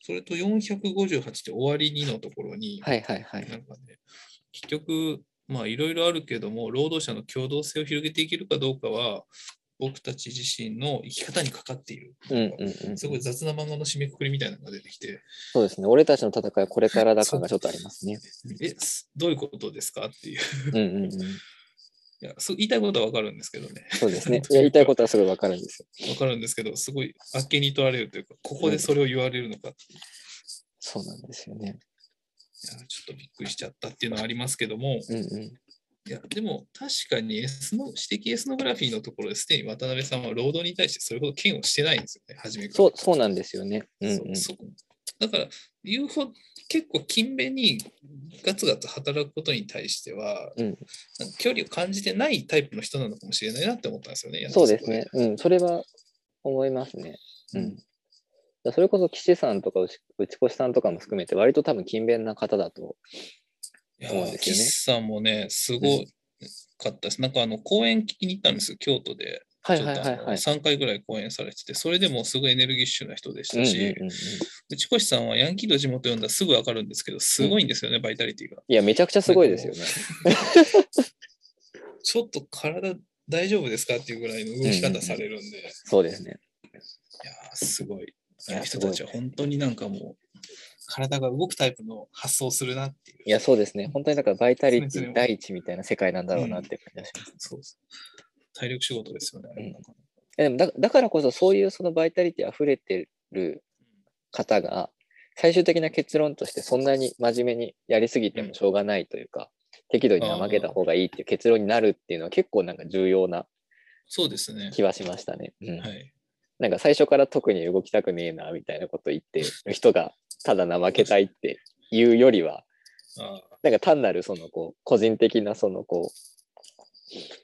Speaker 2: それと458って終わり2のところに、
Speaker 1: はいはいはい
Speaker 2: な。んかね、結局、まあいろいろあるけども、労働者の共同性を広げていけるかどうかは、僕たち自身の生き方にかかっている。
Speaker 1: うんうんうん。
Speaker 2: すごい雑な漫画の締めくくりみたいなのが出てきて、
Speaker 1: そうですね。俺たちの戦いはこれからだ感がちょっとあります ね。
Speaker 2: え、すどういうことですかっていう。
Speaker 1: うんうんうん。
Speaker 2: いやそう言いたいことはわかるんですけどね。
Speaker 1: そう ですね。やりたいことはすごいわかるんですよ。
Speaker 2: わかるんですけど、すごいあっけに取られるというか、ここでそれを言われるのかっていう
Speaker 1: そうなんですよね。
Speaker 2: いやちょっとびっくりしちゃったっていうのはありますけども、
Speaker 1: うんうん。
Speaker 2: いや、でも確かにエスノ指摘エスノグラフィーのところですでに渡辺さんは労働に対してそれほど嫌悪してないんですよね、初めから。
Speaker 1: そう、そうなんですよね。うんうん。
Speaker 2: そそこだから、言うほど結構勤勉にガツガツ働くことに対しては、
Speaker 1: うん
Speaker 2: なんか距離を感じてないタイプの人なのかもしれないなって思ったんですよね。やっ
Speaker 1: そ
Speaker 2: と
Speaker 1: うですね。うん。それは思いますね。
Speaker 2: そこで。
Speaker 1: うんだからそれこそ岸さんとか内内越さんとかも含めて割と多分勤勉な方だと。
Speaker 2: いや
Speaker 1: そうなん
Speaker 2: ー、
Speaker 1: ですよね
Speaker 2: 岸さんもね、すごかったです。なんかあの公演聞きに行ったんですよ、京都で。
Speaker 1: はいはいはいはい。
Speaker 2: 3回ぐらい公演されてて、それでもすごいエネルギッシュな人でし
Speaker 1: うんうん
Speaker 2: たし、
Speaker 1: うんうん、い
Speaker 2: 内越さんはヤンキーの地元読んだらすぐわかるんですけど、すごいんですよね、バイタリティが。
Speaker 1: やめちゃくちゃすごいですよね。
Speaker 2: ちょっと体大丈夫ですかっていうぐらいの動き方されるんで、いや
Speaker 1: そうですね。
Speaker 2: ーすごい。あ
Speaker 1: や
Speaker 2: の人たちは本当になんかもう、体が動くタイプの発想するなっていう。
Speaker 1: いやそうですね。本当にだからバイタリテ
Speaker 2: そうです
Speaker 1: ィ
Speaker 2: ね
Speaker 1: 第一みたいな世界なんだろうなって感じがします。
Speaker 2: そう体力仕事ですよね。あれ
Speaker 1: うん
Speaker 2: なんか
Speaker 1: えでもだだからこそそういうそのバイタリティ溢れてる方が最終的な結論としてそんなに真面目にやりすぎてもしょうがないというか、適度に怠けた方がいいっていう結論になるっていうのは結構なんか重要な
Speaker 2: そうですね。
Speaker 1: 気はしましたね。うん
Speaker 2: はい。
Speaker 1: なんか最初から特に動きたくねえなみたいなこと言ってる人がただ怠けたいっていうよりは
Speaker 2: あ
Speaker 1: なんか単なるそのこう個人的なそのこう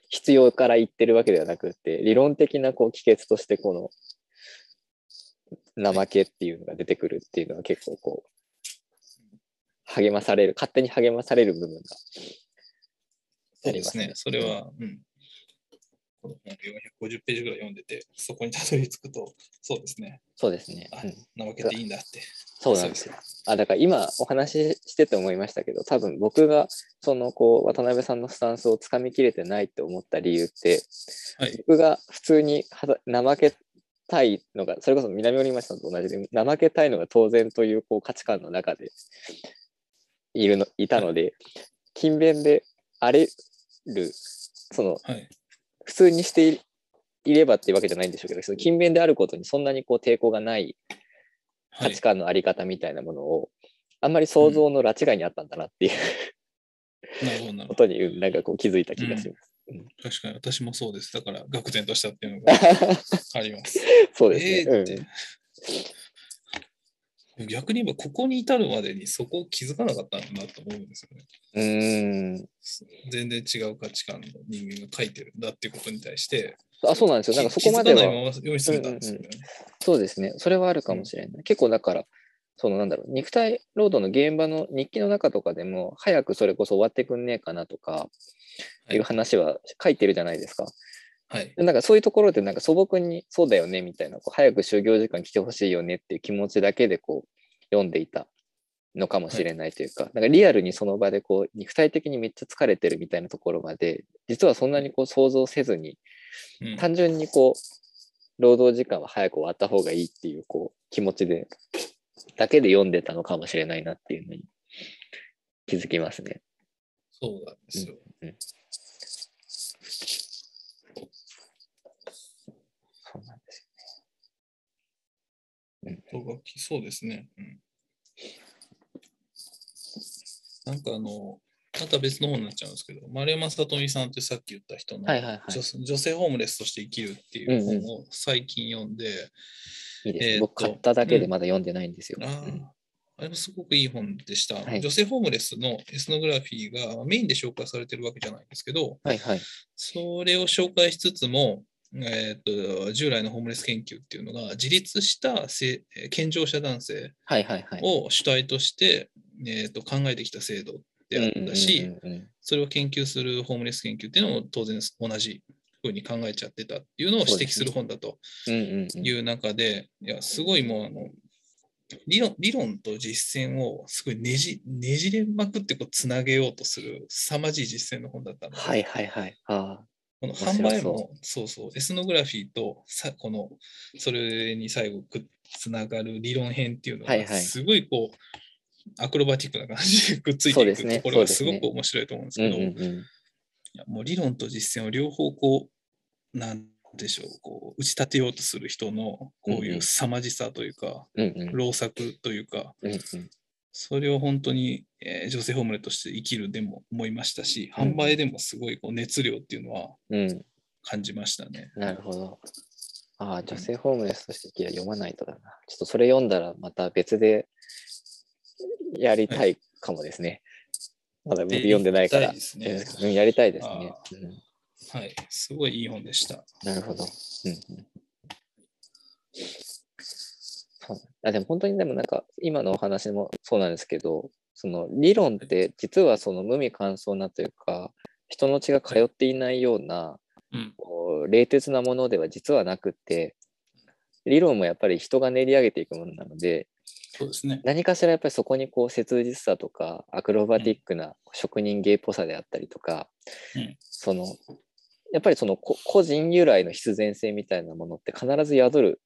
Speaker 1: 必要から言ってるわけではなくって理論的なこう帰結としてこの怠けっていうのが出てくるっていうのは結構こう励まされる勝手に励まされる部分が
Speaker 2: ーそうです
Speaker 1: あり
Speaker 2: ね。
Speaker 1: ます
Speaker 2: それは、うん。この本450ページぐらい読んでて、そこにたどり着くと、そうですね。
Speaker 1: そうですね、
Speaker 2: あ
Speaker 1: うん、、
Speaker 2: 怠けていいんだって。
Speaker 1: そうなんですよ
Speaker 2: そうで
Speaker 1: あだから今お話ししてて思いましたけど多分僕がそのこう渡辺さんのスタンスをつかみきれてないって思った理由って、
Speaker 2: はい
Speaker 1: 僕が普通にはた怠けたいのがそれこそ南寄り町さんと同じで怠けたいのが当然というこう価値観の中でいるのいたので勤勉で荒れるその
Speaker 2: はい。
Speaker 1: 普通にしていいればっていうわけじゃないんでしょうけどその勤勉であることにそんなにこう抵抗がない
Speaker 2: は
Speaker 1: 価
Speaker 2: い
Speaker 1: 値。観のあり方みたいなものを、あんまり想像の拉致外にあったんだなっていう
Speaker 2: なるほど、なる
Speaker 1: こ
Speaker 2: ほ
Speaker 1: とに、うんなんかこう気づいた気がします。
Speaker 2: ど。確かに私もそうです。だから、愕然としたっ ていうのがあります。
Speaker 1: そう
Speaker 2: え
Speaker 1: です
Speaker 2: ー
Speaker 1: ね
Speaker 2: っ。て。逆に言えば、ここに至るまでにそこを気づかなかったんだなと思うんですよね。
Speaker 1: うん。う
Speaker 2: 全然違う価値観の人間が書いてるんだっていうことに対して、
Speaker 1: ーんあそうなんですよ。なんかそこまで
Speaker 2: 気づかない
Speaker 1: は、
Speaker 2: まま読み進めたんですよね。
Speaker 1: そうですね。それはあるかもしれない。結構だから、そのなんだろう、肉体労働の現場の日記の中とかでも、早くそれこそ終わってくんねえかなとか、
Speaker 2: はい
Speaker 1: いう話は書いてるじゃないですか。
Speaker 2: はい。
Speaker 1: なんかそういうところでなんか素朴にそうだよねみたいなこう早く就業時間来てほしいよねっていう気持ちだけでこう読んでいたのかもしれないというか、なんかリアルにその場でこう肉体的にめっちゃ疲れてるみたいなところまで実はそんなにこう想像せずに
Speaker 2: うん
Speaker 1: 単純にこう労働時間は早く終わった方がいいっていうこう気持ちでだけで読んでたのかもしれないなっていうのに気づきますね。
Speaker 2: そうなんですよ。
Speaker 1: そうなんです
Speaker 2: そう楽器そうですね。うん、なんかあの、また別の本になっちゃうんですけど、丸山さとみさんってさっき言った人の、
Speaker 1: はいはいはい。
Speaker 2: 女女性ホームレスとして生きるっていう本を最近読んで、
Speaker 1: いいです、
Speaker 2: えーっと
Speaker 1: 僕買っただけでまだ読んでないんですよ。
Speaker 2: あーあれもすごくいい本でした、
Speaker 1: はい
Speaker 2: 女性ホームレスのエスノグラフィーがメインで紹介されてるわけじゃないんですけど、
Speaker 1: はいはい。
Speaker 2: それを紹介しつつも、えーっと従来のホームレス研究っていうのが自立したせ健常者男性
Speaker 1: はいはいはい。
Speaker 2: を主体として、えー、と考えてきた制度であったし、
Speaker 1: うんうんうんうん
Speaker 2: それを研究するホームレス研究っていうのも当然同じふうに考えちゃってたっていうのを指摘する本だと
Speaker 1: うんうんうん
Speaker 2: いう中で、いやすごいもうあの理論理論と実践をすごいねじねじれまくってこうつなげようとする凄まじい実践の本だったので、
Speaker 1: はいはいはい。あ
Speaker 2: この
Speaker 1: 面白
Speaker 2: 販売
Speaker 1: そう
Speaker 2: もそうそうエスノグラフィーとさこのそれに最後くつながる理論編っていうの
Speaker 1: はい
Speaker 2: が
Speaker 1: はい
Speaker 2: すごいこう、アクロバティックな感じでくっついて
Speaker 1: そう
Speaker 2: い
Speaker 1: で
Speaker 2: く
Speaker 1: すね
Speaker 2: ところが
Speaker 1: そ
Speaker 2: す
Speaker 1: うです
Speaker 2: ご
Speaker 1: ね
Speaker 2: く面白いと思うんです
Speaker 1: あ。う
Speaker 2: け
Speaker 1: ん
Speaker 2: ど、
Speaker 1: うんうん。
Speaker 2: いやもう理論と実践を両方こうなんでしょうこう打ち立てようとする人の
Speaker 1: う
Speaker 2: こう
Speaker 1: ん
Speaker 2: い
Speaker 1: うん
Speaker 2: う凄まじさというか、
Speaker 1: うんうん。
Speaker 2: 老作というか
Speaker 1: うんうん
Speaker 2: それを本当に、えー女性ホームレとして生きるでも思いましたし
Speaker 1: うん
Speaker 2: 販売でもすごいこう熱量っていうのは
Speaker 1: うん。
Speaker 2: 感じましたね。
Speaker 1: なるほど。ああ、女性ホームレスとして生きる読まないとだな。ちょっとそれ読んだらまた別でやりたいかもですね。まだ僕読んでないから。
Speaker 2: で行きたいですね
Speaker 1: うんうんやりたいですね。うん
Speaker 2: はい、すごいいい本でした。
Speaker 1: なるほど。うんうんそうあでも本当にでもなんか今のお話もそうなんですけどその理論って実はその無味乾燥なというか人の血が通っていないような
Speaker 2: うん、
Speaker 1: こう冷徹なものでは実はなくって理論もやっぱり人が練り上げていくものなので
Speaker 2: そうですね。
Speaker 1: 何かしらやっぱりそこにこう切実さとかアクロバティックな職人芸っぽさであったりとか、
Speaker 2: うん
Speaker 1: そのやっぱりそのこ個人由来の必然性みたいなものって必ず宿る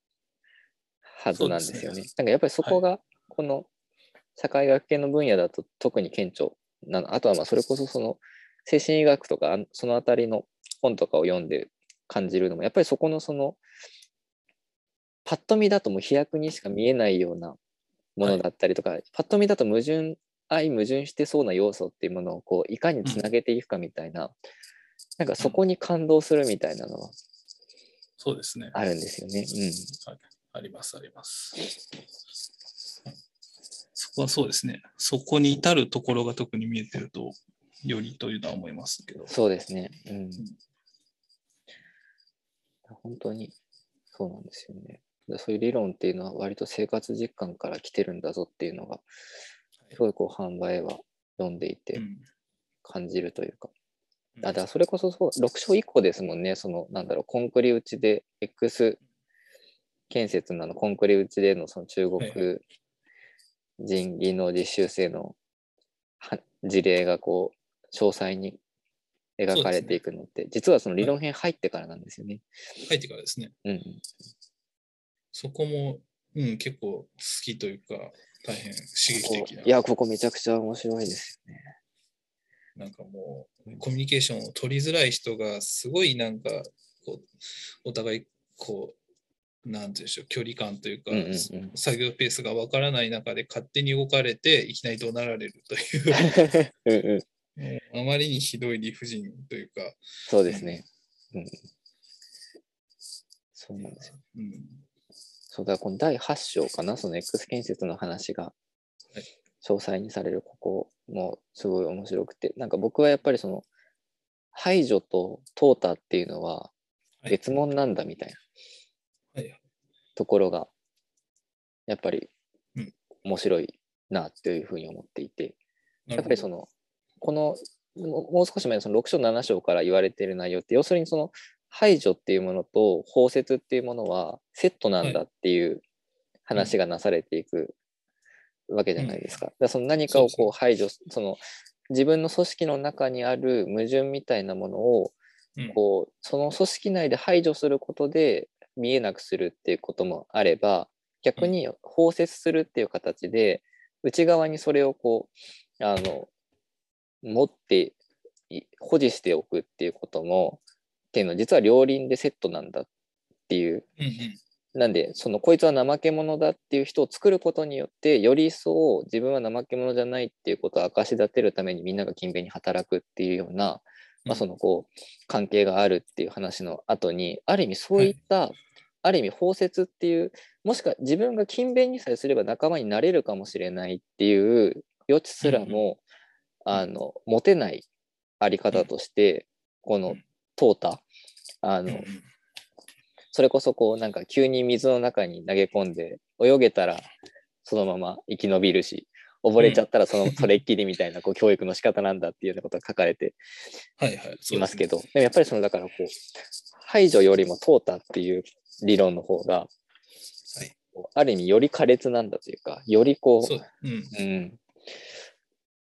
Speaker 1: はずなんですよ
Speaker 2: そ
Speaker 1: ね
Speaker 2: うで。
Speaker 1: なんかやっぱりそこがこの社会学系の分野だと特に顕著なのあとはまあそれこそその精神医学とかあのその辺りの本とかを読んで感じるのもやっぱりそこのそのパッと見だともう飛躍にしか見えないようなものだったりとか、パッと見だと矛盾相矛盾してそうな要素っていうものをこういかにつなげていくかみたいな、なんかそこに感動するみたいなのは
Speaker 2: そうですね。
Speaker 1: あるんですよね。
Speaker 2: あります、あります。そこはそうですね。そこに至るところが特に見えてると、よりというのは思いますけど
Speaker 1: うん、。そうですね。うん、本当にそうなんですよね。そういう理論っていうのは割と生活実感から来てるんだぞっていうのがすごいこう販売は読んでいて
Speaker 2: うん
Speaker 1: 感じるというか。
Speaker 2: うん
Speaker 1: あだからそれこそそう6章以降ですもんね、そのなんだろう、コンクリ打ちで X 建設なの、コンクリ打ちでのその中
Speaker 2: は
Speaker 1: 国人技能実習生のは事例がこう、詳細に描かれていくのって、実はその理論編入ってからなんですよね。
Speaker 2: 書いてからですね。
Speaker 1: うん
Speaker 2: そこも、うん、結構好きというか、大変刺激
Speaker 1: こ
Speaker 2: 的
Speaker 1: う
Speaker 2: な。
Speaker 1: いや、ここめちゃくちゃ面白いですよね。
Speaker 2: なんかもう、コミュニケーションを取りづらい人が、すごいなんか、こう、お互い、こう、なんていうんでしょう、距離感というか、
Speaker 1: うんうんうん
Speaker 2: 作業ペースがわからない中で勝手に動かれていきなり怒鳴られるという
Speaker 1: うんうん、
Speaker 2: もうあまりにひどい理不尽というか、
Speaker 1: そうですね。うん、そうなんですよ。
Speaker 2: うん、
Speaker 1: そうだ、この第8章かな、その X 建設の話が
Speaker 2: い
Speaker 1: 詳細にされるここもすごい面白くて、なんか僕はやっぱりその排除と淘汰っていうのは
Speaker 2: はい
Speaker 1: 別物なんだみたいな
Speaker 2: はい
Speaker 1: ところがやっぱり
Speaker 2: うん
Speaker 1: 面白いなというふうに思っていて、やっ
Speaker 2: なるほ
Speaker 1: ぱ
Speaker 2: ど
Speaker 1: りそのこのももう少し前のその6章7章から言われている内容って要するにその排除っていうものと包摂っていうものはセットなんだっていう話がなされていくわけじゃないですか。だからその何かをこう排除すその自分の組織の中にある矛盾みたいなものを
Speaker 2: うん
Speaker 1: こうその組織内で排除することで見えなくするっていうこともあれば逆に包摂するっていう形で内側にそれをこうあの持ってい保持しておくっていうこともっていうのは実は両輪でセットなんだっていう
Speaker 2: うんうん
Speaker 1: なんでそのこいつは怠け者だっていう人を作ることによってより一層自分は怠け者じゃないっていうことを証し立てるためにみんなが勤勉に働くっていうような、
Speaker 2: う
Speaker 1: まあ、
Speaker 2: ん
Speaker 1: そのこう関係があるっていう話の後にある意味そういった、ある意味包摂っていうもしくは自分が勤勉にさえすれば仲間になれるかもしれないっていう余地すらも、あの持てないあり方として、こ
Speaker 2: う
Speaker 1: の
Speaker 2: ん
Speaker 1: 淘汰あ
Speaker 2: うん
Speaker 1: の、
Speaker 2: うん
Speaker 1: それこそこうなんか急に水の中に投げ込んで泳げたらそのまま生き延びるし溺れちゃったらそのそれっきりみたいなこう教育の仕方なんだっていうようなことが書かれて
Speaker 2: はいはい。
Speaker 1: いますけ
Speaker 2: ど。
Speaker 1: どでもやっぱりそのだからこう排除よりも淘汰っていう理論の方がこうある意味より苛烈なんだというか、よりこう、
Speaker 2: そううん、
Speaker 1: うん、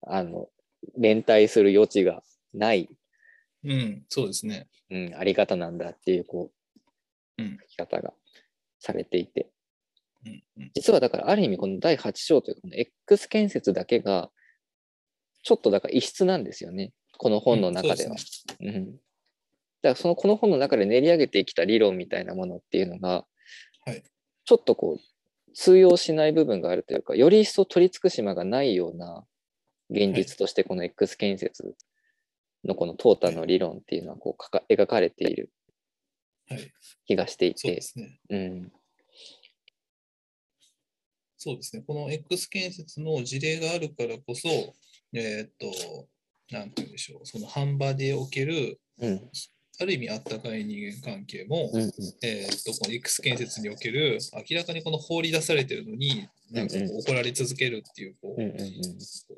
Speaker 1: あの、連帯する余地がない、
Speaker 2: うん、そうですね。
Speaker 1: うん、あり方なんだっていう、こう、
Speaker 2: うん
Speaker 1: 書き方がされていて、
Speaker 2: うんうん、
Speaker 1: 実はだからある意味この第8章というかこの X 建設だけがちょっとだから異質なんですよねこの本の中では。
Speaker 2: うんそう
Speaker 1: うんだからそのこの本の中で練り上げてきた理論みたいなものっていうのが、
Speaker 2: はい
Speaker 1: ちょっとこう通用しない部分があるというかより一層取り付く島がないような現実としてこの X 建設のこのトータの理論っていうのはこうかか描かれている
Speaker 2: はい、
Speaker 1: 気がしてい
Speaker 2: そう
Speaker 1: て
Speaker 2: で。すね。
Speaker 1: うん
Speaker 2: そうですね。この X 建設の事例があるからこそ、えーっと、なんて言うんでしょう、その販売でおける、
Speaker 1: うん
Speaker 2: ある意味あったかい人間関係も、
Speaker 1: うんうん
Speaker 2: えーっと、この X 建設における、明らかにこの放り出されてるのに、なんかこ
Speaker 1: うん
Speaker 2: う怒られ続けるっていう、こ
Speaker 1: うん
Speaker 2: う、
Speaker 1: うんうん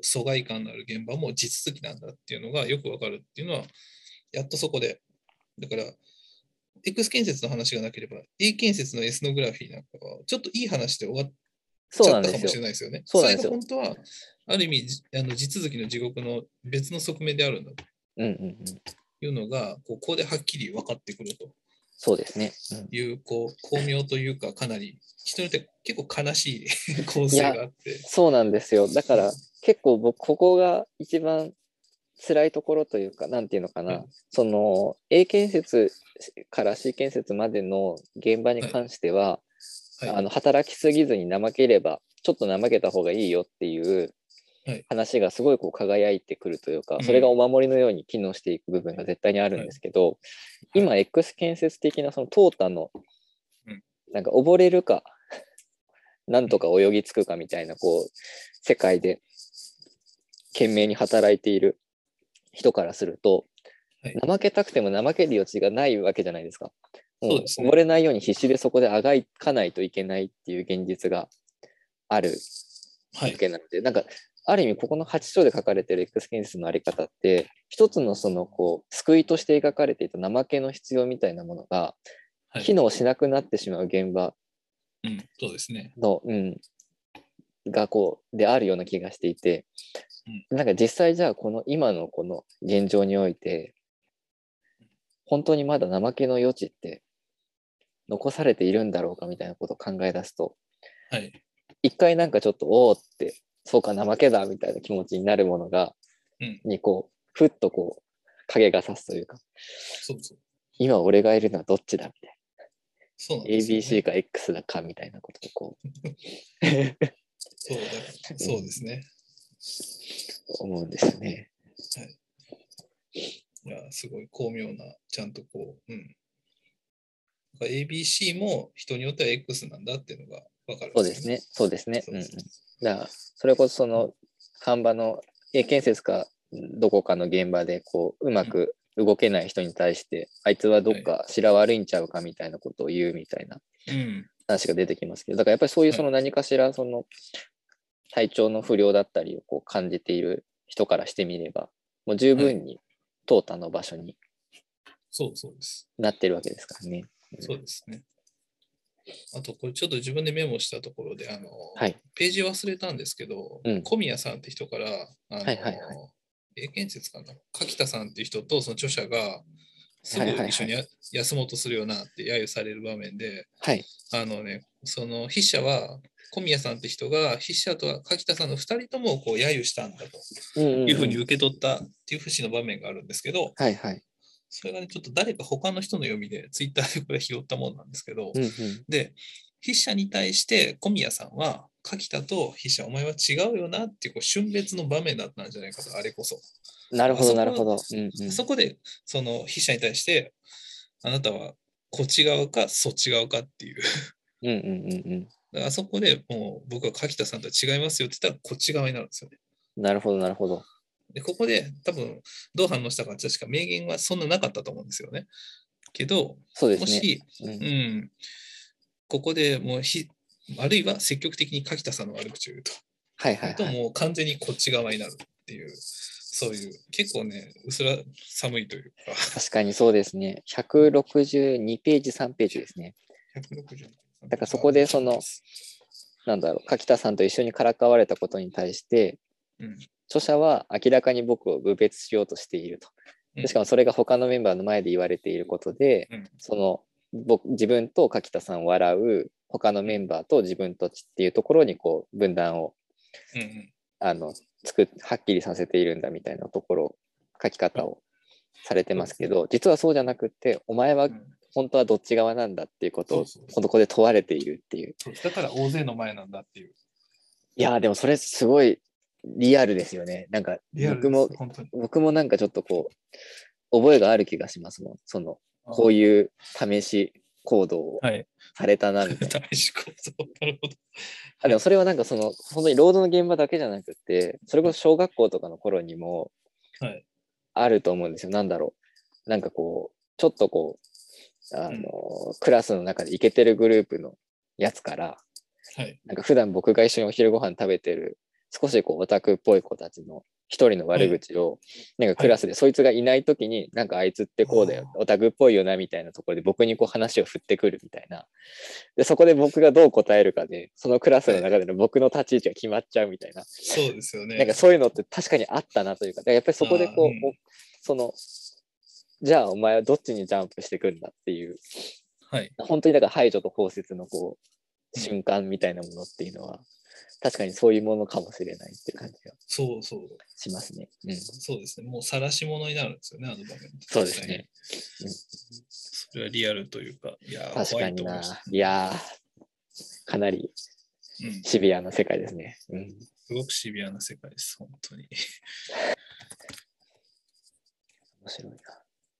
Speaker 2: 疎外感のある現場も地続きなんだっていうのがよくわかるっていうのは、やっとそこで、だから、X 建設の話がなければ、A 建設のエスノグラフィーなんかは、ちょっといい話で終わっち
Speaker 1: そう
Speaker 2: ゃ
Speaker 1: な
Speaker 2: っ
Speaker 1: ん
Speaker 2: た
Speaker 1: ですよ
Speaker 2: かもしれ。ないですよね。
Speaker 1: そうなんですよ
Speaker 2: れが本当は、ある意味、じあの地続きの地獄の別の側面であるんだと
Speaker 1: うんうんうん、
Speaker 2: いうのが、こうここではっきり分かってくると
Speaker 1: そうですね。
Speaker 2: いう、こう、巧妙というか、かなり、人によって結構悲しい構成があって。
Speaker 1: そうなんですよ。だから結構僕ここが一番辛いところというか、なんていうのかな、
Speaker 2: うん
Speaker 1: その A 建設から C 建設までの現場に関しては、
Speaker 2: はい
Speaker 1: あの働きすぎずに怠ければ、ちょっと怠けた方がいいよっていう
Speaker 2: はい
Speaker 1: 話がすごいこう輝いてくるというか、
Speaker 2: うん
Speaker 1: それがお守りのように機能していく部分が絶対にあるんですけど、今 X 建設的なその淘汰の
Speaker 2: うん
Speaker 1: なんか溺れるか なんとか泳ぎつくかみたいなこう世界で懸命に働いている人からすると、
Speaker 2: はい
Speaker 1: 怠けたくても怠ける余地がないわけじゃないですか。も
Speaker 2: そうですね
Speaker 1: 溺れないように必死でそこであがいかないといけないっていう現実がある
Speaker 2: は
Speaker 1: わ
Speaker 2: い。
Speaker 1: けなので、なんかある意味ここの8章で書かれてる X 建設のあり方って一つのそのこう救いとして描かれていた怠けの必要みたいなものが
Speaker 2: はい
Speaker 1: 機能しなくなってしまう現場
Speaker 2: うん、そうですね。
Speaker 1: の、うん、がこうであるような気がしていて、なんか実際じゃあこの今のこの現状において本当にまだ怠けの余地って残されているんだろうかみたいなことを考え出すと
Speaker 2: はい。
Speaker 1: 一回なんかちょっとおおってそうか怠けだみたいな気持ちになるものが、
Speaker 2: うん
Speaker 1: にこうふっとこう影が差すというか
Speaker 2: そうそう。
Speaker 1: 今俺がいるのはどっちだみた
Speaker 2: そうなん
Speaker 1: い
Speaker 2: です
Speaker 1: な
Speaker 2: よ
Speaker 1: ABC か X だかみたいなことをこう
Speaker 2: そうだそうですね。
Speaker 1: 思うんですよね。
Speaker 2: いや、すごい巧妙な、ちゃんとこう、うん。だから ABC も人によっては X なんだっていうのが分かる、
Speaker 1: そうです。ねそうですね。
Speaker 2: そううん
Speaker 1: う
Speaker 2: で
Speaker 1: ん
Speaker 2: す
Speaker 1: だからそれこそその看板の A 建設かどこかの現場でこううまく動けない人に対して、あいつはどっか白悪いんちゃうかみたいなことを言うみたいな
Speaker 2: うん。
Speaker 1: 話が出てきますけどだからやっぱりそういう
Speaker 2: はい
Speaker 1: その何かしらその体調の不良だったりをこう感じている人からしてみればもう十分に淘汰の場所に
Speaker 2: そうそうです。
Speaker 1: なってるわけですからね。
Speaker 2: そうですね。あと、これちょっと自分でメモしたところで、あの、
Speaker 1: はい
Speaker 2: ページ忘れたんですけど、
Speaker 1: うん
Speaker 2: 小宮さんって人から、あの
Speaker 1: はいはいは
Speaker 2: A 建設かな、柿田さんって人とその著者が、すぐ一緒にや、休もうとするよなって揶揄される場面で、
Speaker 1: はい
Speaker 2: あのね、その筆者は、小宮さんって人が筆者とは柿田さんの2人ともこう揶揄したんだと
Speaker 1: い
Speaker 2: いうふうに受け取ったっていう節の場面があるんですけど、
Speaker 1: はいはい。
Speaker 2: それがね、ちょっと誰か他の人の読みで、ツイッターでこれ拾ったもんなんですけど
Speaker 1: う、んうん
Speaker 2: で、筆者に対して小宮さんは、柿田と筆者、お前は違うよなっていうこう瞬別の場面だったんじゃないかと、あれこそ。
Speaker 1: なるほど
Speaker 2: あそこ
Speaker 1: なるほど。うんうん
Speaker 2: そこで、その筆者に対して、あなたはこっち側かそっち側かっていう。
Speaker 1: うんうんうんうん
Speaker 2: だからあそこでもう僕は柿田さんとは違いますよって言ったらこっち側になるんですよね。
Speaker 1: なるほどなるほど。
Speaker 2: で、ここで多分どう反応したか確か明言はそんななかったと思うんですよね。けど、
Speaker 1: そうで
Speaker 2: も
Speaker 1: すね。
Speaker 2: し、
Speaker 1: う
Speaker 2: うんん、ここでもうひ、あるいは積極的に柿田さんの悪口を言うと、
Speaker 1: はいはい
Speaker 2: と
Speaker 1: はい。
Speaker 2: もう完全にこっち側になるっていう、そういう、結構ね、うすら寒いというか、
Speaker 1: 確かにそうですね。162ページ3ページですね。
Speaker 2: 160
Speaker 1: だからそこでそのなんだろう柿田さんと一緒にからかわれたことに対して
Speaker 2: うん、
Speaker 1: 著者は明らかに僕を侮蔑しようとしていると
Speaker 2: う
Speaker 1: で
Speaker 2: ん
Speaker 1: しかもそれが他のメンバーの前で言われていることで、
Speaker 2: うん
Speaker 1: その僕自分と柿田さんを笑う他のメンバーと自分たちっていうところにこう分断を
Speaker 2: うんうん
Speaker 1: あのつくはっきりさせているんだみたいなところ書き方をされてますけど実はそうじゃなくってお前
Speaker 2: う
Speaker 1: は
Speaker 2: ん
Speaker 1: 本当はどっち側なんだっていうことを
Speaker 2: そうそうそ
Speaker 1: この子で問われているっていう
Speaker 2: そうだから大勢の前なんだっていう。
Speaker 1: いやーでもそれすごいリアルですよねなんか
Speaker 2: リアル
Speaker 1: 僕
Speaker 2: で
Speaker 1: も
Speaker 2: す本当に
Speaker 1: 僕もなんかちょっとこう覚えがある気がしますもんそのこういう試し行動を
Speaker 2: はい。
Speaker 1: されたなみたいな
Speaker 2: 大志構造。なるほど。
Speaker 1: あでもそれはなんかその本当に労働の現場だけじゃなくてそれこそ小学校とかの頃にも
Speaker 2: はい
Speaker 1: あると思うんですよ、なんだろうなんかこうちょっとこうあの、
Speaker 2: うん
Speaker 1: クラスの中でイケてるグループのやつから
Speaker 2: はい。
Speaker 1: なんか普段僕が一緒にお昼ご飯食べてる少しこうオタクっぽい子たちの一人の悪口を、なんかクラスでそいつがいない時になんかあいつってこうだよ
Speaker 2: あ
Speaker 1: オタクっぽいよなみたいなところで僕にこう話を振ってくるみたいなでそこで僕がどう答えるかでそのクラスの中での僕の立ち位置が決まっちゃうみたいな
Speaker 2: そうですよね。
Speaker 1: なんかそういうのって確かにあったなというかだからやっぱりそこでこう、
Speaker 2: あーうん
Speaker 1: おそのじゃあお前はどっちにジャンプしてくんだっていう
Speaker 2: はい。
Speaker 1: 本当にだから排除と包摂のこう
Speaker 2: うん
Speaker 1: 瞬間みたいなものっていうのは、確かにそういうものかもしれないっていう感じが
Speaker 2: そうそう。
Speaker 1: しますね。うん、
Speaker 2: そうですね。もう晒し者になるんですよね、あの場面。
Speaker 1: そうですね。。
Speaker 2: それはリアルというか、いやー、
Speaker 1: 確
Speaker 2: 怖
Speaker 1: か
Speaker 2: いと
Speaker 1: に
Speaker 2: 思い
Speaker 1: な
Speaker 2: ました。。
Speaker 1: いやーかなり
Speaker 2: うん、
Speaker 1: シビアな世界ですね。うん、
Speaker 2: すごくシビアな世界です、本当に。
Speaker 1: 面白いな。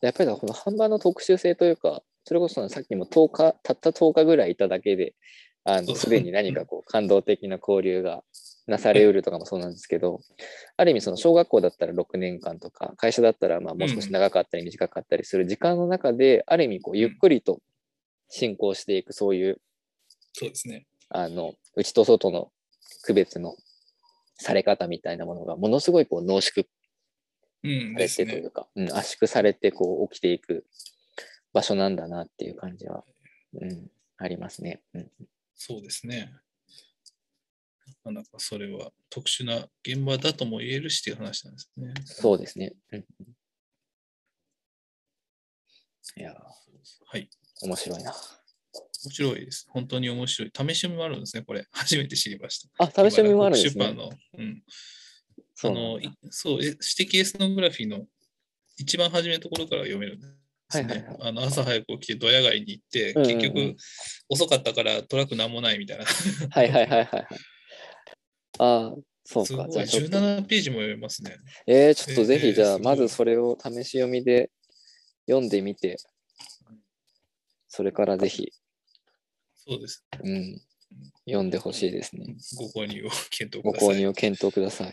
Speaker 1: やっぱりだからこの販売の特殊性というか、それこそそのさっきも10日、たった10日ぐらいいただけで、あ
Speaker 2: そう
Speaker 1: のすでに何かこ う感動的な交流がなされうるとかもそうなんですけど、ある意味その小学校だったら6年間とか、会社だったらまあもう少し長かったり短かったりする時間の中で、ある意味こうゆっくりと進行していくそういう
Speaker 2: そうですね。
Speaker 1: あの内と外の区別のされ方みたいなものがものすごいこう濃縮
Speaker 2: うん、
Speaker 1: さ
Speaker 2: で
Speaker 1: れ
Speaker 2: す
Speaker 1: てとい
Speaker 2: ね。
Speaker 1: うか、うん、圧縮されてこう起きていく場所なんだなっていう感じは、うん、ありますね。うん、
Speaker 2: そうですね。なかなかそれは特殊な現場だとも言えるしっていう話なんですね。
Speaker 1: そうですね。うん、いやー、
Speaker 2: はい。
Speaker 1: 面白いな。
Speaker 2: 面白いです。本当に面白い。試し読みもあるんですね、これ。初めて知りました。
Speaker 1: あ、試し読みもあるんです
Speaker 2: 出版
Speaker 1: ね。
Speaker 2: の、うん。
Speaker 1: そ
Speaker 2: あ
Speaker 1: うなんだ
Speaker 2: の、いそう、え指摘エスノグラフィーの一番初めのところから読めるんですね。
Speaker 1: はいはいはい
Speaker 2: あの朝早く起きて、ドヤ街に行って、
Speaker 1: うんうんうん
Speaker 2: 結局、遅かったからトラックなんもないみたいな。
Speaker 1: はいはいはいはいはい。あーそう
Speaker 2: す
Speaker 1: か。
Speaker 2: ご
Speaker 1: じゃ
Speaker 2: い。
Speaker 1: あちょっと、
Speaker 2: 17ページも読めますね。
Speaker 1: えー、ちょっとぜ
Speaker 2: え
Speaker 1: ひ
Speaker 2: ー
Speaker 1: じゃ
Speaker 2: す
Speaker 1: あ、
Speaker 2: ごい
Speaker 1: まずそれを試し読みで読んでみて、それからぜひ、
Speaker 2: そうです。
Speaker 1: うん、読んでほしいですね。
Speaker 2: ご購入を検討
Speaker 1: ご
Speaker 2: ください。
Speaker 1: 購入を検討ください。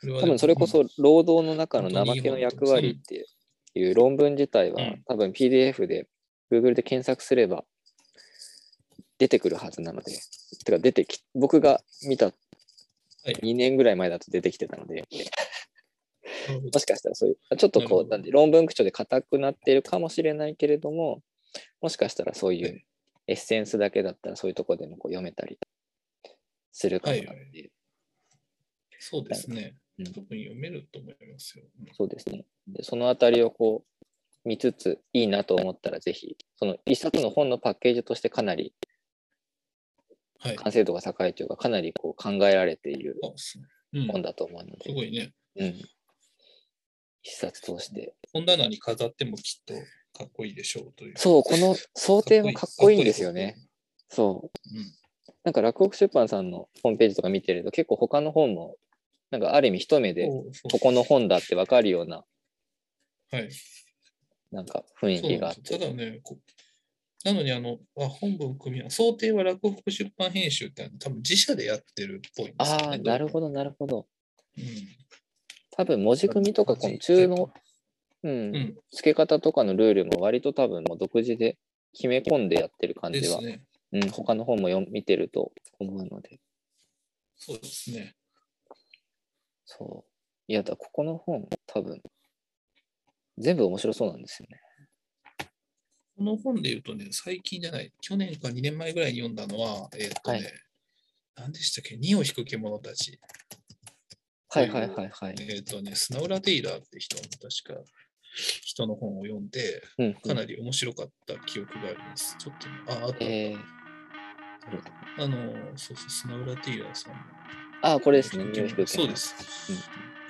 Speaker 2: これは
Speaker 1: 多
Speaker 2: でも
Speaker 1: 分それこそ労働の中の怠けの役割っていう論文自体は
Speaker 2: うん
Speaker 1: 多分 PDF で Google で検索すれば出てくるはずなので、てか出てき、僕が見た
Speaker 2: い
Speaker 1: 2年ぐらい前だと出てきてたので、
Speaker 2: なるほ
Speaker 1: も
Speaker 2: ど
Speaker 1: しかしたらそういう、ちょっと
Speaker 2: なるほ
Speaker 1: こ
Speaker 2: ど
Speaker 1: う、なんで論文口調で硬くなっているかもしれないけれども、もしかしたらそうい
Speaker 2: は
Speaker 1: うエッセンスだけだったらそういうところでもこう読めたりするかもな
Speaker 2: はい
Speaker 1: ので、
Speaker 2: そうですね
Speaker 1: うん。
Speaker 2: 特に読めると思いますよ。うん
Speaker 1: そうですね。で、そのあたりをこう見つついいなと思ったら、ぜひ、その一冊の本のパッケージとしてかなり
Speaker 2: はい。
Speaker 1: 完成度が高いというか、かなりこう考えられている
Speaker 2: あすうん
Speaker 1: 本だと思うの
Speaker 2: す
Speaker 1: で、
Speaker 2: ごいね。
Speaker 1: うん。一冊通して。
Speaker 2: 本棚に飾ってもきっとかっこいいでしょうという。
Speaker 1: そう、この想定もかっこいいんですよね。。そう。
Speaker 2: うん、
Speaker 1: なんか、落語出版さんのホームページとか見てると、結構他の本も、なんかある意味一目で、
Speaker 2: そうそう
Speaker 1: ここの本だってわかるような、
Speaker 2: はい。
Speaker 1: なんか雰囲
Speaker 2: そう
Speaker 1: 気が
Speaker 2: な
Speaker 1: あ
Speaker 2: ん
Speaker 1: っ
Speaker 2: ですよ
Speaker 1: て。
Speaker 2: ただね、こなのにあの、あ本文組み合わせ想定は落語出版編集ってあの多分自社でやってるっぽいんですよね。
Speaker 1: ああ、なるほ
Speaker 2: ど。
Speaker 1: ど、なるほど。
Speaker 2: うん、
Speaker 1: 多分、文字組みとか、この中のうん
Speaker 2: うん
Speaker 1: 付け方とかのルールも割と多分もう独自で決め込んでやってる感
Speaker 2: で
Speaker 1: じ
Speaker 2: す
Speaker 1: は、
Speaker 2: ね。
Speaker 1: うん、他の本も読見てると思うので、
Speaker 2: そうですね。
Speaker 1: そう。いやだ、ここの本、多分、全部面白そうなんですよね。
Speaker 2: この本で言うとね、最近じゃない、去年か2年前ぐらいに読んだのは、えーっ、とね、
Speaker 1: はい
Speaker 2: 何でしたっけ、二を引く獣たち。
Speaker 1: はいはいはいはい
Speaker 2: え。ーっ、とね、スナウラ・テイラーって人の、確か、人の本を読んで、
Speaker 1: うんうん
Speaker 2: かなり面白かった記憶があります。ちょっとね、あ、あと、
Speaker 1: えー、
Speaker 2: あの、そうそう、スナウラ・テイラーさんの
Speaker 1: あ、これですね。ニューヒル
Speaker 2: そうで。す。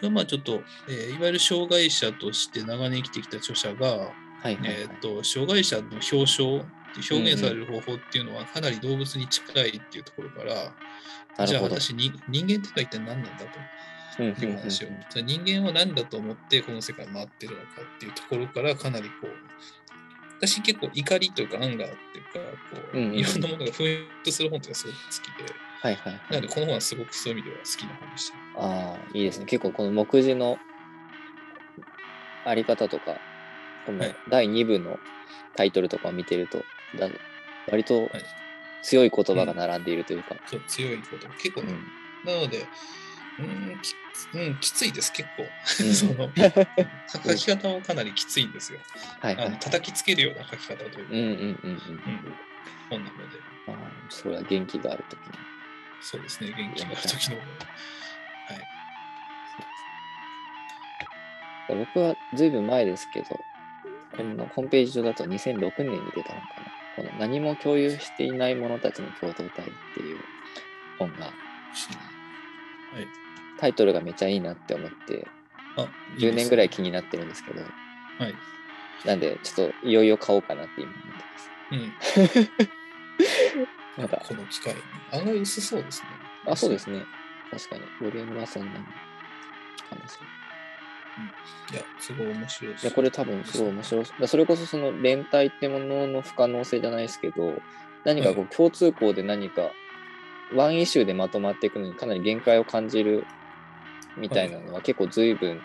Speaker 2: がまあちょっと、えーいわゆる障害者として長年生きてきた著者が、
Speaker 1: はいはい、はい
Speaker 2: えー、と障害者の表彰って表現される方法っていうのはかなり動物に近いっていうところから、
Speaker 1: な
Speaker 2: じ
Speaker 1: る
Speaker 2: ゃあ
Speaker 1: ほど。
Speaker 2: 私に人間ってのは一体何なんだ
Speaker 1: うんうんうん
Speaker 2: という話を、じゃあ人間は何だと思ってこの世界回ってるのかっていうところからかなりこう私結構怒りというかアンガーっていうかこう、
Speaker 1: うんうん
Speaker 2: いろんなものが噴出する本とかすごく好きで
Speaker 1: はいはいはい。
Speaker 2: なのでこの本はすごくそういう意味では好きな本でした。
Speaker 1: ああ、いいですね。結構この目次のあり方とか、この
Speaker 2: はい
Speaker 1: 第2部のタイトルとかを見てると、だ割と
Speaker 2: はい
Speaker 1: 強い言葉が並んでいるというか。
Speaker 2: そう強いこと結構
Speaker 1: うん
Speaker 2: ね、なのでうーんきうん、きついです結構。
Speaker 1: うん
Speaker 2: そ の書き方もかなりきついんですよ。
Speaker 1: はいは
Speaker 2: あの
Speaker 1: い。
Speaker 2: 叩きつけるような書き方というか、
Speaker 1: うんうんうんうん。
Speaker 2: うん本なので、
Speaker 1: ああ、それは元気があるときに。
Speaker 2: そうですね、元気がある時の。
Speaker 1: 僕はずいぶん前ですけど、このホームページ上だと2006年に出たのかな。この何も共有していない者たちの共同体っていう本が、タイトルがめちゃいいなって思って、
Speaker 2: あ
Speaker 1: 10年ぐら
Speaker 2: い
Speaker 1: い気になってるんですけど、
Speaker 2: いですね。
Speaker 1: なんで、ちょっといよいよ買おうかなって今思って
Speaker 2: はい。うん。
Speaker 1: ます。まだ、
Speaker 2: この機会、案外薄そうですね。
Speaker 1: あ、そうですね。確かに、ボリュームはそんなにかもしれない
Speaker 2: いや、すごい面白いで
Speaker 1: い
Speaker 2: す。
Speaker 1: や、これ多分すごい面白い。だからそれこそその連帯ってものの不可能性じゃないですけど、何かこう共通項で何か、ワンイシューでまとまっていくのにかなり限界を感じるみたいなのは結構随分、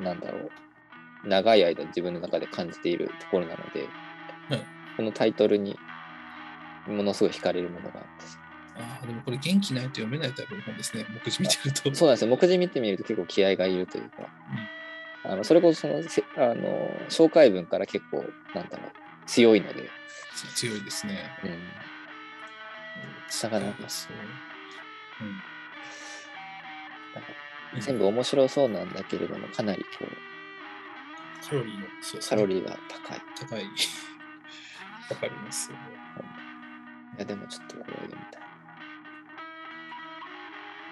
Speaker 1: なんだろう、長い間自分の中で感じているところなので
Speaker 2: うん、
Speaker 1: このタイトルにものすごい惹かれるものがあって。
Speaker 2: ああ、でもこれ元気ないと読めないタイプの本ですね。目次見てると。
Speaker 1: そうなんですよ。目次見てみると結構気合がいるというか、あのそれこそそのせあの紹介文から結構、なんだろう、強いので、
Speaker 2: 強いですね。
Speaker 1: うん、
Speaker 2: うん
Speaker 1: だから
Speaker 2: そう。うん。
Speaker 1: 全部面白そうなんだけれども、かなりこう
Speaker 2: カロリーの、そうです
Speaker 1: カ
Speaker 2: ね
Speaker 1: ロリーが高い。い
Speaker 2: 高い。 わかりますよね。
Speaker 1: や、でもちょっとこれを読みたい。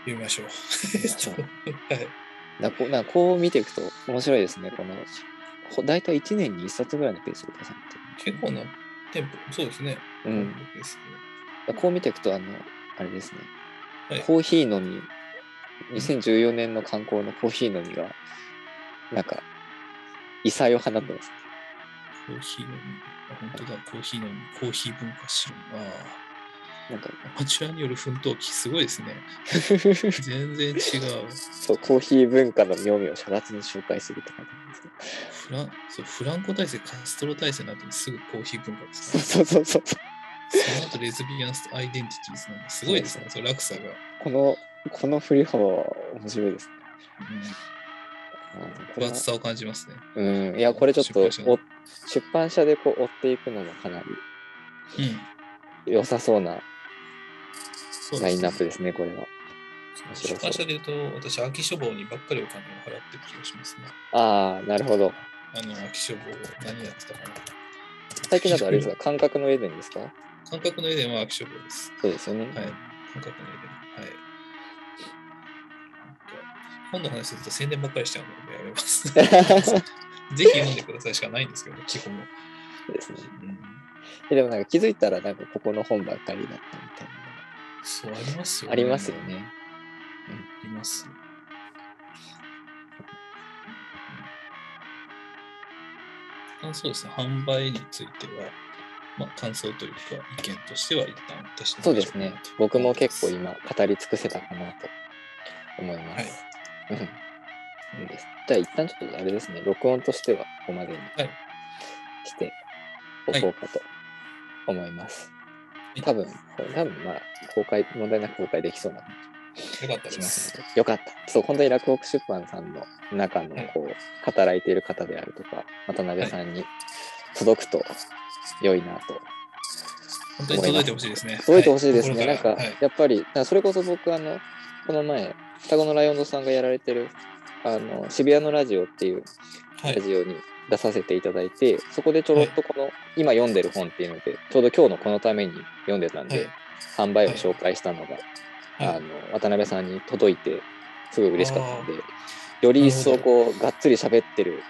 Speaker 2: 読みましょう。
Speaker 1: みましょう
Speaker 2: はい。
Speaker 1: だこうなんかこう見ていくと面白いですね、この。ほ大体1年に1冊ぐらいのペースで出されてる
Speaker 2: 結構なテンポ、そうですね。
Speaker 1: うん。
Speaker 2: ですね。
Speaker 1: だこう見ていくと、あの、あれですね、
Speaker 2: はい
Speaker 1: コーヒー飲み、2014年の観光のコーヒー飲みが、なんか、異彩を放ってます。
Speaker 2: コーヒー飲み。あ本当だ、コーヒー飲み。コーヒー文化史。あ
Speaker 1: なんか、
Speaker 2: あ。アマチュアによる奮闘記、すごいですね。全然違う。
Speaker 1: そう、コーヒー文化の妙味を社活に紹介するって感じなんですね。
Speaker 2: フランそうフランコ体制、カストロ体制の後にすぐコーヒー文化です、
Speaker 1: そう
Speaker 2: ね。
Speaker 1: そうそうそう。
Speaker 2: その後レズビアンスとアイデンティティーズなんですごいですね、その落差が。うん
Speaker 1: この、この振り幅は面白いですね。こ
Speaker 2: 分
Speaker 1: れは
Speaker 2: 厚さを感じますね。
Speaker 1: うん、いや、これちょっと
Speaker 2: 出版社
Speaker 1: お
Speaker 2: の
Speaker 1: 出版社でこう追っていくのもかな
Speaker 2: うん。
Speaker 1: り良さそうな
Speaker 2: そう
Speaker 1: ラ
Speaker 2: で
Speaker 1: イン
Speaker 2: すね
Speaker 1: ナップですね、これは。面白そ
Speaker 2: 出
Speaker 1: う
Speaker 2: 版社で言うと、私、秋書房にばっかりお金を払ってる気がしますね。
Speaker 1: ああ、なるほど。
Speaker 2: あの、秋書房、何やってたかな。
Speaker 1: 最近だとあれ ですか、感覚のエデンですか
Speaker 2: 感覚のエデンは秋書房です。
Speaker 1: そうですよね。
Speaker 2: はい。感覚のエデン。はい。本の話すると宣伝ばっかりしちゃうの でやめます。ぜひ読んでくださいしかないんですけど、基本は。
Speaker 1: そうですね。
Speaker 2: うん
Speaker 1: えでもなんか気づいたら、なんかここの本ばっかりだったみたいなの
Speaker 2: そう、ありますよ、
Speaker 1: がありますよ。ね。
Speaker 2: あります。あそうですね、販売については、まあ、感想というか、意見としては一旦私の
Speaker 1: そうですね。僕も結構
Speaker 2: いい。
Speaker 1: 今、語り尽くせたかなと思いま
Speaker 2: はい
Speaker 1: す。うん。いいです。じゃあ、一旦ちょっとあれですね、録音としてはここまでに
Speaker 2: はい
Speaker 1: しておこうかと思います。
Speaker 2: い
Speaker 1: 多分、これ多分まあ、公開、問題なく公開できそうな感
Speaker 2: よかった
Speaker 1: じ
Speaker 2: で
Speaker 1: します
Speaker 2: す。
Speaker 1: ので。よかった。そう、本当に落語出版さんの中の
Speaker 2: はい、
Speaker 1: こう、働いている方であるとか、渡辺さんに届くと良いなと
Speaker 2: 本当に届いてほしいですね。
Speaker 1: 届いてほしいですね、
Speaker 2: は
Speaker 1: なんか、
Speaker 2: 心らはい
Speaker 1: やっぱりだからそれこそ僕あのこの前双子のライオンズさんがやられてるあの渋谷のラジオっていう
Speaker 2: は
Speaker 1: ラ
Speaker 2: い、
Speaker 1: ジオに出させていただいて、そこでちょろっとこの、今読んでる本っていうのでちょうど今日のこのために読んでたんで、販売を紹介したのが、
Speaker 2: はい
Speaker 1: あの渡辺さんに届いてすごい嬉しかったのでより一層こうがっつり喋ってる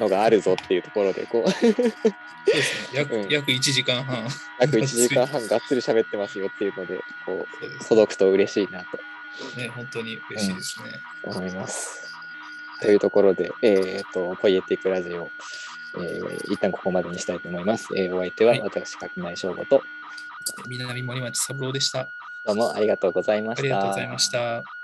Speaker 1: のがあるぞっていうところでこう
Speaker 2: そうですね。約,、
Speaker 1: うん
Speaker 2: 約1時間半。
Speaker 1: 約1時間半がっつり喋ってますよっていうのでこ
Speaker 2: そうで
Speaker 1: う届くと嬉しいなと
Speaker 2: すね。本当に嬉しいですね。
Speaker 1: 思います。というところで、えっと、ポイエティックラジオ、えー一旦ここまでにしたいと思います。えーお相手は
Speaker 2: はい
Speaker 1: 私、垣内翔吾と、
Speaker 2: 南森町三郎でした。
Speaker 1: どうもありがとうございま
Speaker 2: あ
Speaker 1: した。
Speaker 2: りがとうございました。